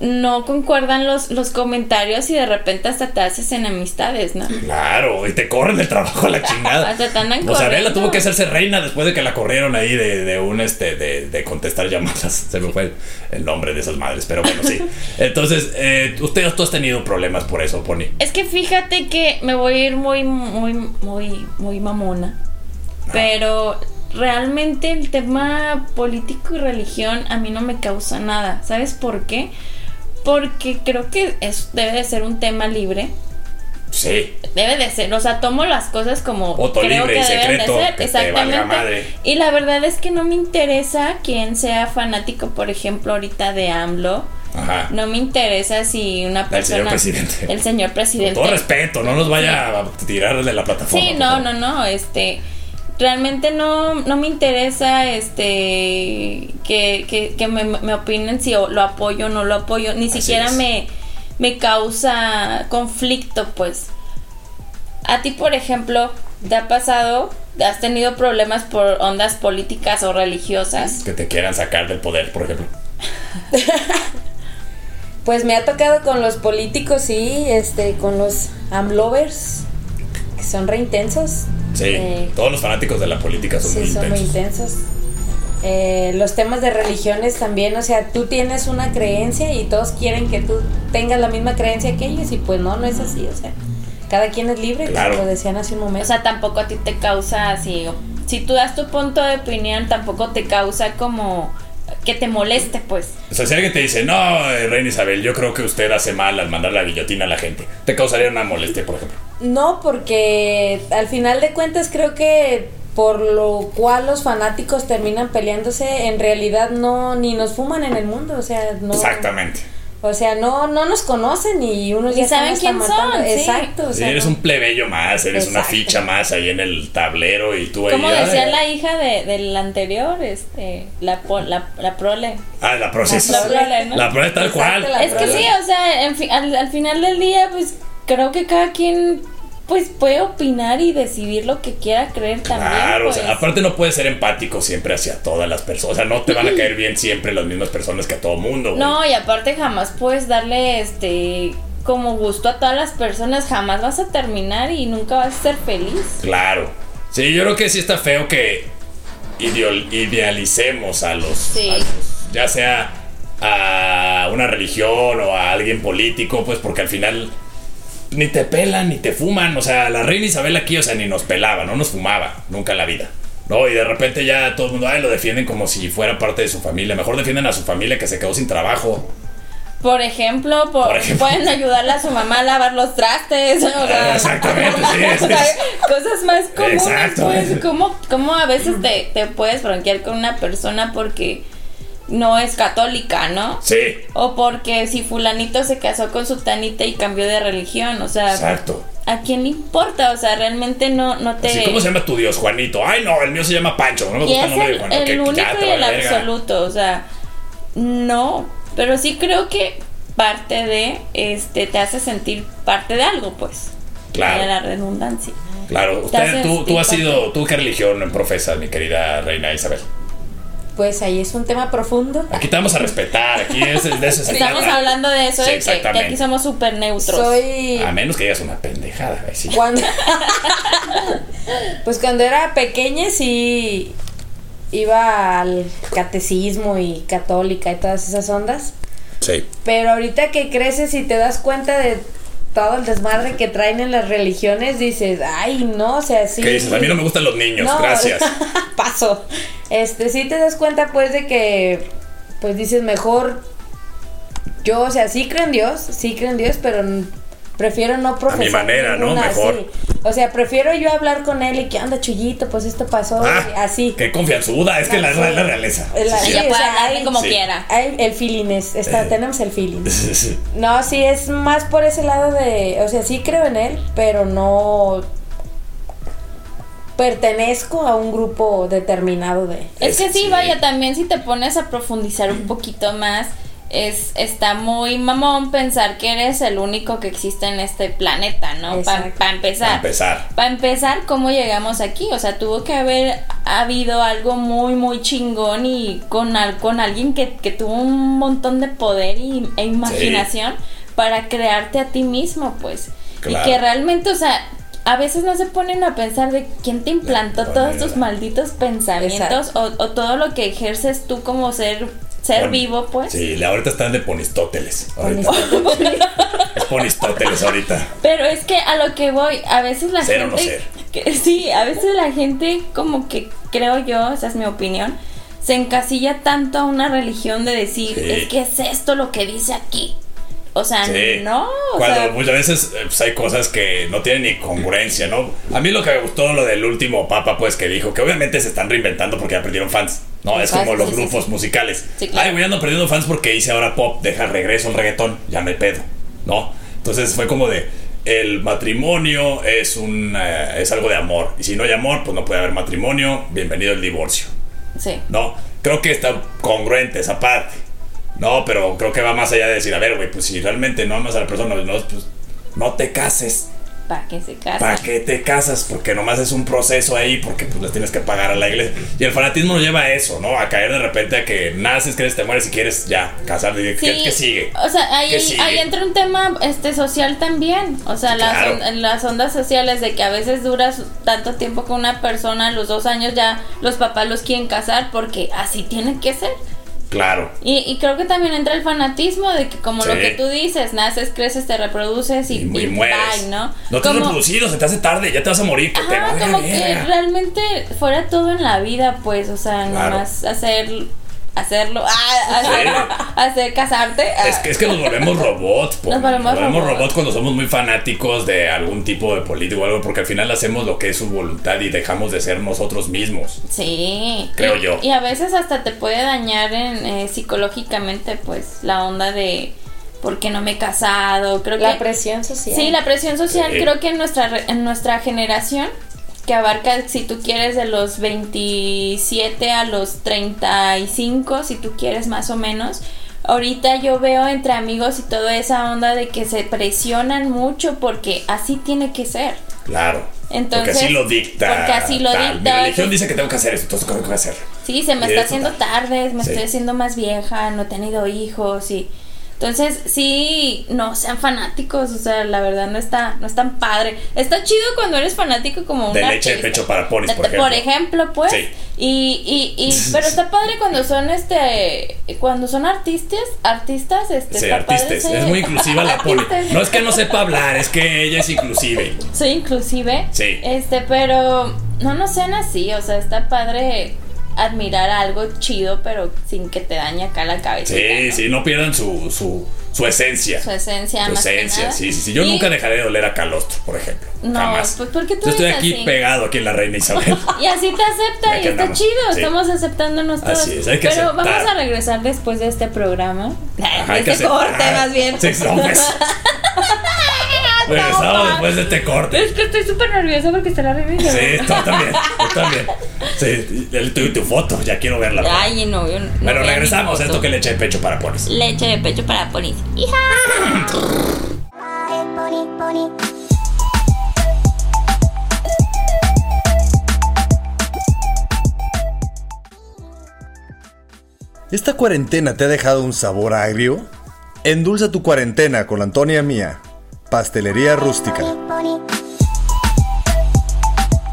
Speaker 3: no concuerdan los, los comentarios y de repente hasta te haces enemistades, ¿no?
Speaker 4: Claro, y te corren del trabajo a la chingada.
Speaker 3: Hasta te andan
Speaker 4: o sea,
Speaker 3: corriendo.
Speaker 4: Adela tuvo que hacerse reina después de que la corrieron ahí de, de un este de, de contestar llamadas. *laughs* Se me fue el, el nombre de esas madres, pero bueno, sí. Entonces, eh, ustedes tú has tenido problemas por eso, Pony.
Speaker 3: Es que fíjate que me voy a ir muy, muy, muy, muy mamona.
Speaker 4: Ah.
Speaker 3: Pero realmente el tema político y religión a mí no me causa nada. ¿Sabes por qué? Porque creo que es, debe de ser un tema libre.
Speaker 4: Sí.
Speaker 3: Debe de ser, o sea, tomo las cosas como
Speaker 4: Voto
Speaker 3: creo
Speaker 4: libre
Speaker 3: que
Speaker 4: y
Speaker 3: deben
Speaker 4: secreto,
Speaker 3: de ser,
Speaker 4: que te
Speaker 3: exactamente.
Speaker 4: valga madre.
Speaker 3: Y la verdad es que no me interesa quién sea fanático, por ejemplo, ahorita de AMLO.
Speaker 4: Ajá.
Speaker 3: No me interesa si una persona
Speaker 4: Del Ah. señor presidente.
Speaker 3: El señor
Speaker 4: Con
Speaker 3: presidente.
Speaker 4: todo respeto, no nos vaya a tirar de la plataforma.
Speaker 3: Sí,
Speaker 4: por
Speaker 3: no,
Speaker 4: favor.
Speaker 3: no, no, este realmente no, no me interesa este que, que, que me, me opinen si o- lo apoyo o no lo apoyo, ni
Speaker 4: Así
Speaker 3: siquiera
Speaker 4: es.
Speaker 3: me, me causa conflicto, pues. A ti, por ejemplo, ¿te ha pasado, has tenido problemas por ondas políticas o religiosas?
Speaker 4: Que te quieran sacar del poder, por ejemplo.
Speaker 5: Pues me ha tocado con los políticos, sí, este, con los amlovers, que son re intensos.
Speaker 4: Sí.
Speaker 5: Eh,
Speaker 4: Todos los fanáticos de la política son muy
Speaker 5: sí, son muy
Speaker 4: intensos.
Speaker 5: intensos. Eh, los temas de religiones también, o sea, tú tienes una creencia y todos quieren que tú tengas la misma creencia que ellos y pues no, no es así, o sea, cada quien es libre,
Speaker 4: Claro.
Speaker 5: como decían hace un momento.
Speaker 3: O sea, tampoco a ti te causa así. Si tú das tu punto de opinión, tampoco te causa como que te moleste, pues.
Speaker 4: O sea, si alguien te dice, no, eh, Reina Isabel, yo creo que usted hace mal al mandar la guillotina a la gente, te causaría una molestia, por ejemplo.
Speaker 5: No, porque al final de cuentas creo que por lo cual los fanáticos terminan peleándose, en realidad no, ni nos fuman en el mundo, o sea, no.
Speaker 4: Exactamente.
Speaker 5: O sea, no, no nos conocen y unos
Speaker 3: Ni
Speaker 5: ya
Speaker 3: saben
Speaker 5: están
Speaker 3: quién
Speaker 5: hasta
Speaker 3: son,
Speaker 5: matando.
Speaker 3: sí.
Speaker 5: Exacto, o
Speaker 4: Sí,
Speaker 5: sea,
Speaker 4: eres
Speaker 5: no.
Speaker 4: un plebeyo más, eres una
Speaker 5: Exacto.
Speaker 4: ficha más ahí en el tablero y tú ahí.
Speaker 3: Como
Speaker 4: ay.
Speaker 3: decía la hija de, del anterior, este, la, po- la, la prole.
Speaker 4: Ah, la procesión.
Speaker 3: La prole, ¿no?
Speaker 4: La prueba es tal
Speaker 5: Exacto,
Speaker 4: cual.
Speaker 5: la
Speaker 3: es que sí, o sea, en fi- al, al final del día, pues creo que cada quien pues puede opinar y decidir lo que quiera creer también.
Speaker 4: Claro, o sea,
Speaker 3: pues.
Speaker 4: aparte no puedes ser empático siempre hacia todas las personas. O sea, no te van a caer bien siempre las mismas personas que a todo mundo. güey.
Speaker 3: No, y aparte jamás puedes darle este como gusto a todas las personas, jamás vas a terminar y nunca vas a ser feliz.
Speaker 4: Claro. Sí, yo creo que sí está feo que ideo- idealicemos a los,
Speaker 3: Sí.
Speaker 4: a los- ya sea a una religión o a alguien político, pues porque al final ni te pelan ni te fuman, o sea, la reina Isabel aquí, o sea, ni nos pelaba, no nos fumaba, nunca en la vida. No, y de repente ya todo el mundo, ay, lo defienden como si fuera parte de su familia. Mejor defienden a su familia que se quedó sin trabajo.
Speaker 3: Por ejemplo, por-
Speaker 4: Por ejemplo. Ah,
Speaker 3: pueden ayudarle a su mamá a lavar los trastes. o sea.
Speaker 4: Exactamente, sí,
Speaker 3: *laughs* O
Speaker 4: sí.
Speaker 3: sea, cosas más comunes,
Speaker 4: Exacto.
Speaker 3: pues. ¿Cómo, cómo a veces te, te puedes bronquear con una persona porque no es católica, ¿no?
Speaker 4: Sí,
Speaker 3: O porque si fulanito se casó con sutanita y cambió de religión, o sea,
Speaker 4: exacto.
Speaker 3: ¿a quién le importa? O sea, realmente no, no te...
Speaker 4: Así, ¿Cómo se llama tu dios, Juanito? Ay, no, el mío se llama Pancho. No me
Speaker 3: y
Speaker 4: gusta
Speaker 3: es
Speaker 4: el nombre de
Speaker 3: el,
Speaker 4: Juanito.
Speaker 3: el
Speaker 4: que ya
Speaker 3: único
Speaker 4: te
Speaker 3: y el
Speaker 4: vale verga.
Speaker 3: absoluto, o sea, no, pero sí creo que parte de, este, te hace sentir parte de algo, pues.
Speaker 4: Claro.
Speaker 3: Vaya la redundancia.
Speaker 4: Claro,
Speaker 3: Te
Speaker 4: usted,
Speaker 3: hace
Speaker 4: tú, tú has
Speaker 3: sentir
Speaker 4: sido, tú qué religión profesas, mi querida reina Isabel.
Speaker 5: Pues ahí es un tema profundo.
Speaker 4: Aquí te vamos a respetar, aquí es de eso. se
Speaker 3: Estamos
Speaker 4: trata.
Speaker 3: hablando de eso,
Speaker 4: Sí,
Speaker 3: de que- que,
Speaker 4: exactamente.
Speaker 3: aquí somos súper neutros.
Speaker 5: Soy
Speaker 4: A menos que digas una pendejada. ahí sí.
Speaker 5: cuando *laughs* Pues cuando era pequeña sí iba al catecismo y católica y todas esas ondas.
Speaker 4: Sí.
Speaker 5: Pero ahorita que creces y te das cuenta de todo el desmadre que traen en las religiones, dices, ay, no, o sea, sí.
Speaker 4: ¿Qué dices? A mí no me gustan los niños,
Speaker 5: No,
Speaker 3: *laughs*
Speaker 4: gracias.
Speaker 5: *laughs* Paso. Este, sí te das cuenta, pues, de que, pues, dices, mejor yo, o sea, sí creo en Dios, sí creo en Dios, pero n- prefiero no profesar.
Speaker 4: manera, ¿no?
Speaker 5: ninguna,
Speaker 4: Mejor.
Speaker 5: sí. O sea, prefiero yo hablar con él y que anda chullito, pues esto pasó,
Speaker 4: Ah,
Speaker 5: y así.
Speaker 4: Qué confianzuda, es que la, la, la realeza.
Speaker 5: La-
Speaker 4: Sí,
Speaker 5: sí,
Speaker 3: Ya
Speaker 5: o
Speaker 3: puede
Speaker 5: sea,
Speaker 3: hablarle
Speaker 5: hay-
Speaker 3: como
Speaker 4: sí. Eh,
Speaker 3: quiera.
Speaker 5: hay- el feeling es, está, tenemos el feeling.
Speaker 4: *laughs* sí. Sí.
Speaker 5: No, sí, es más por ese lado de. O sea, sí creo en él, pero no. pertenezco a un grupo determinado de...
Speaker 3: Es que
Speaker 4: Es-
Speaker 3: sí,
Speaker 4: sí.
Speaker 3: vaya, también si te pones a profundizar un poquito más, es está muy mamón pensar que eres el único que existe en este planeta, ¿no? Para
Speaker 5: Exacto.
Speaker 3: empezar.
Speaker 4: Para empezar.
Speaker 3: Para empezar, ¿cómo llegamos aquí? O sea, tuvo que haber habido algo muy, muy chingón y con, al- con alguien que, que tuvo un montón de poder y, e imaginación para crearte a ti mismo, pues.
Speaker 4: Claro.
Speaker 3: Y que realmente, o sea, a veces no se ponen a pensar de quién te implantó
Speaker 4: La
Speaker 3: todos
Speaker 4: moneda.
Speaker 3: tus malditos pensamientos o, o todo lo que ejerces tú como ser ser
Speaker 4: Pon-
Speaker 3: vivo, pues.
Speaker 4: Sí, la- ahorita están de ponistóteles. Ahorita.
Speaker 5: *laughs*
Speaker 4: es ponistóteles ahorita.
Speaker 3: Pero es que a lo que voy, a veces la
Speaker 4: Ser o no
Speaker 3: gente. que- sí, a veces la gente, como que creo yo, esa es mi opinión, se encasilla tanto a una religión de decir,
Speaker 4: Sí.
Speaker 3: es que es esto lo que dice aquí. O sea,
Speaker 4: Sí.
Speaker 3: no. o
Speaker 4: Cuando
Speaker 3: sea,
Speaker 4: muchas veces eh, pues, hay cosas que no tienen ni congruencia, ¿no? A mí lo que me gustó lo del último papa, pues que dijo que obviamente se están reinventando porque ya perdieron fans. No, es
Speaker 3: Exacto,
Speaker 4: como los
Speaker 3: sí, sí,
Speaker 4: grupos
Speaker 3: sí.
Speaker 4: musicales.
Speaker 3: Sí, claro.
Speaker 4: Ay, güey, ando perdiendo fans porque hice ahora pop, deja regreso el reggaetón, ya me pedo, ¿no? Entonces fue como de el matrimonio es un eh, es algo de amor y si no hay amor, pues no puede haber matrimonio. Bienvenido el divorcio.
Speaker 3: sí.
Speaker 4: No, creo que está congruente esa parte. No, pero creo que va más allá de decir, a ver, güey, pues si realmente no amas a la persona, no, pues no te cases.
Speaker 3: Para que se casen.
Speaker 4: ¿Para qué te casas? Porque nomás es un proceso ahí, porque pues les tienes que pagar a la iglesia. Y el fanatismo nos lleva a eso, ¿no? A caer de repente a que naces, crees, te mueres y quieres ya casarte. ¿Qué,
Speaker 3: Sí,
Speaker 4: qué sigue?
Speaker 3: O sea, ahí,
Speaker 4: ¿Qué sigue?
Speaker 3: ahí entra un tema este social también. O sea, las,
Speaker 4: Claro.
Speaker 3: on- las ondas sociales de que a veces duras tanto tiempo con una persona, a los dos años ya los papás los quieren casar porque así tiene que ser.
Speaker 4: Claro.
Speaker 3: Y, y creo que también entra el fanatismo de que como lo
Speaker 4: Sí.
Speaker 3: que tú dices, naces, creces, te reproduces y,
Speaker 4: Y, y
Speaker 3: y
Speaker 4: mueres.
Speaker 3: bye, ¿no?
Speaker 4: No te has
Speaker 3: Como-
Speaker 4: reproducido, se te hace tarde, ya te vas a morir. Que te
Speaker 3: Ajá,
Speaker 4: valga
Speaker 3: como que
Speaker 4: verga.
Speaker 3: realmente fuera todo en la vida, pues, o sea,
Speaker 4: Claro.
Speaker 3: nomás hacer, hacerlo, ah, hacerlo, *laughs* hacer casarte. ah.
Speaker 4: Es que, es que nos volvemos robots. po.
Speaker 3: Nos volvemos
Speaker 4: robots.
Speaker 3: robots.
Speaker 4: cuando somos muy fanáticos de algún tipo de político o algo, porque al final hacemos lo que es su voluntad y dejamos de ser nosotros mismos.
Speaker 3: Sí.
Speaker 4: Creo
Speaker 3: Y-
Speaker 4: yo.
Speaker 3: Y a veces hasta te puede dañar en, eh, psicológicamente, pues, la onda de por qué no me he casado. Creo
Speaker 5: La
Speaker 3: que
Speaker 5: presión social.
Speaker 3: Sí, la presión social
Speaker 4: Sí.
Speaker 3: creo que en nuestra, re- en nuestra generación, que abarca, si tú quieres, de los 27 a los 35, si tú quieres más o menos. Ahorita yo veo entre amigos y toda esa onda de que se presionan mucho porque así tiene que ser.
Speaker 4: Claro.
Speaker 3: Entonces,
Speaker 4: porque así lo dicta.
Speaker 3: porque así lo
Speaker 4: tal. Mi
Speaker 3: dicta, pues,
Speaker 4: religión
Speaker 3: entonces-
Speaker 4: dice que tengo que hacer esto, entonces tengo que hacerlo.
Speaker 3: Sí, se me
Speaker 4: Y
Speaker 3: está
Speaker 4: es
Speaker 3: haciendo
Speaker 4: total.
Speaker 3: tarde, me
Speaker 4: Sí.
Speaker 3: estoy haciendo más vieja, no he tenido hijos y entonces sí, no sean fanáticos, o sea, la verdad no está no es tan padre. Está chido cuando eres fanático como un
Speaker 4: De leche de
Speaker 3: artista.
Speaker 4: pecho para ponis, por
Speaker 3: Por
Speaker 4: ejemplo.
Speaker 3: ejemplo, pues.
Speaker 4: Sí.
Speaker 3: Y, y, y
Speaker 4: *laughs*
Speaker 3: pero está padre cuando son este cuando son artistas, artistas este
Speaker 4: Sí,
Speaker 3: está
Speaker 4: artistas.
Speaker 3: padre, sí.
Speaker 4: Es muy inclusiva la poli.
Speaker 3: Artistas.
Speaker 4: No es que no sepa hablar, es que ella es inclusive.
Speaker 3: Soy inclusive.
Speaker 4: Sí.
Speaker 3: Este, pero no nos sean así, o sea, está padre admirar algo chido, pero sin que te dañe acá la cabeza.
Speaker 4: Sí, sí, no pierdan su, su, su esencia.
Speaker 3: Su esencia,
Speaker 4: Su
Speaker 3: más que
Speaker 4: esencia,
Speaker 3: nada.
Speaker 4: sí, sí, sí. Yo
Speaker 3: Y-
Speaker 4: nunca dejaré de oler a calostro, por ejemplo.
Speaker 3: No,
Speaker 4: Jamás.
Speaker 3: pues, ¿por qué tú
Speaker 4: Yo estoy
Speaker 3: eres
Speaker 4: aquí
Speaker 3: así?
Speaker 4: pegado aquí en la
Speaker 3: *laughs*
Speaker 4: reina Isabel.
Speaker 3: Y así te acepta
Speaker 4: Ya
Speaker 3: y
Speaker 4: que
Speaker 3: está
Speaker 4: andamos,
Speaker 3: chido,
Speaker 4: sí.
Speaker 3: estamos aceptándonos todos.
Speaker 4: Así es, hay que
Speaker 3: Pero
Speaker 4: aceptar.
Speaker 3: vamos a regresar después de este programa. *laughs*
Speaker 4: Ajá,
Speaker 3: De
Speaker 4: hay que
Speaker 3: este
Speaker 4: aceptar.
Speaker 3: corte más bien.
Speaker 4: Sí, no,
Speaker 3: *laughs*
Speaker 4: pues. Regresamos
Speaker 3: Toma.
Speaker 4: después de
Speaker 3: *laughs*
Speaker 4: este corte.
Speaker 3: Es que estoy súper nerviosa porque está la revista.
Speaker 4: Sí, tú también. Tú también. Sí, el tu, tu foto, ya quiero verla.
Speaker 3: Ay, no, yo no.
Speaker 4: Pero
Speaker 3: no,
Speaker 4: regresamos
Speaker 3: ni
Speaker 4: a esto
Speaker 3: foto.
Speaker 4: que le echa de pecho para pones.
Speaker 3: Leche de pecho para polis. Hija.
Speaker 1: pae poni poni
Speaker 7: ¿Esta cuarentena te ha dejado un sabor agrio? Endulza tu cuarentena con Antonia Mía. Pastelería Rústica.
Speaker 1: poni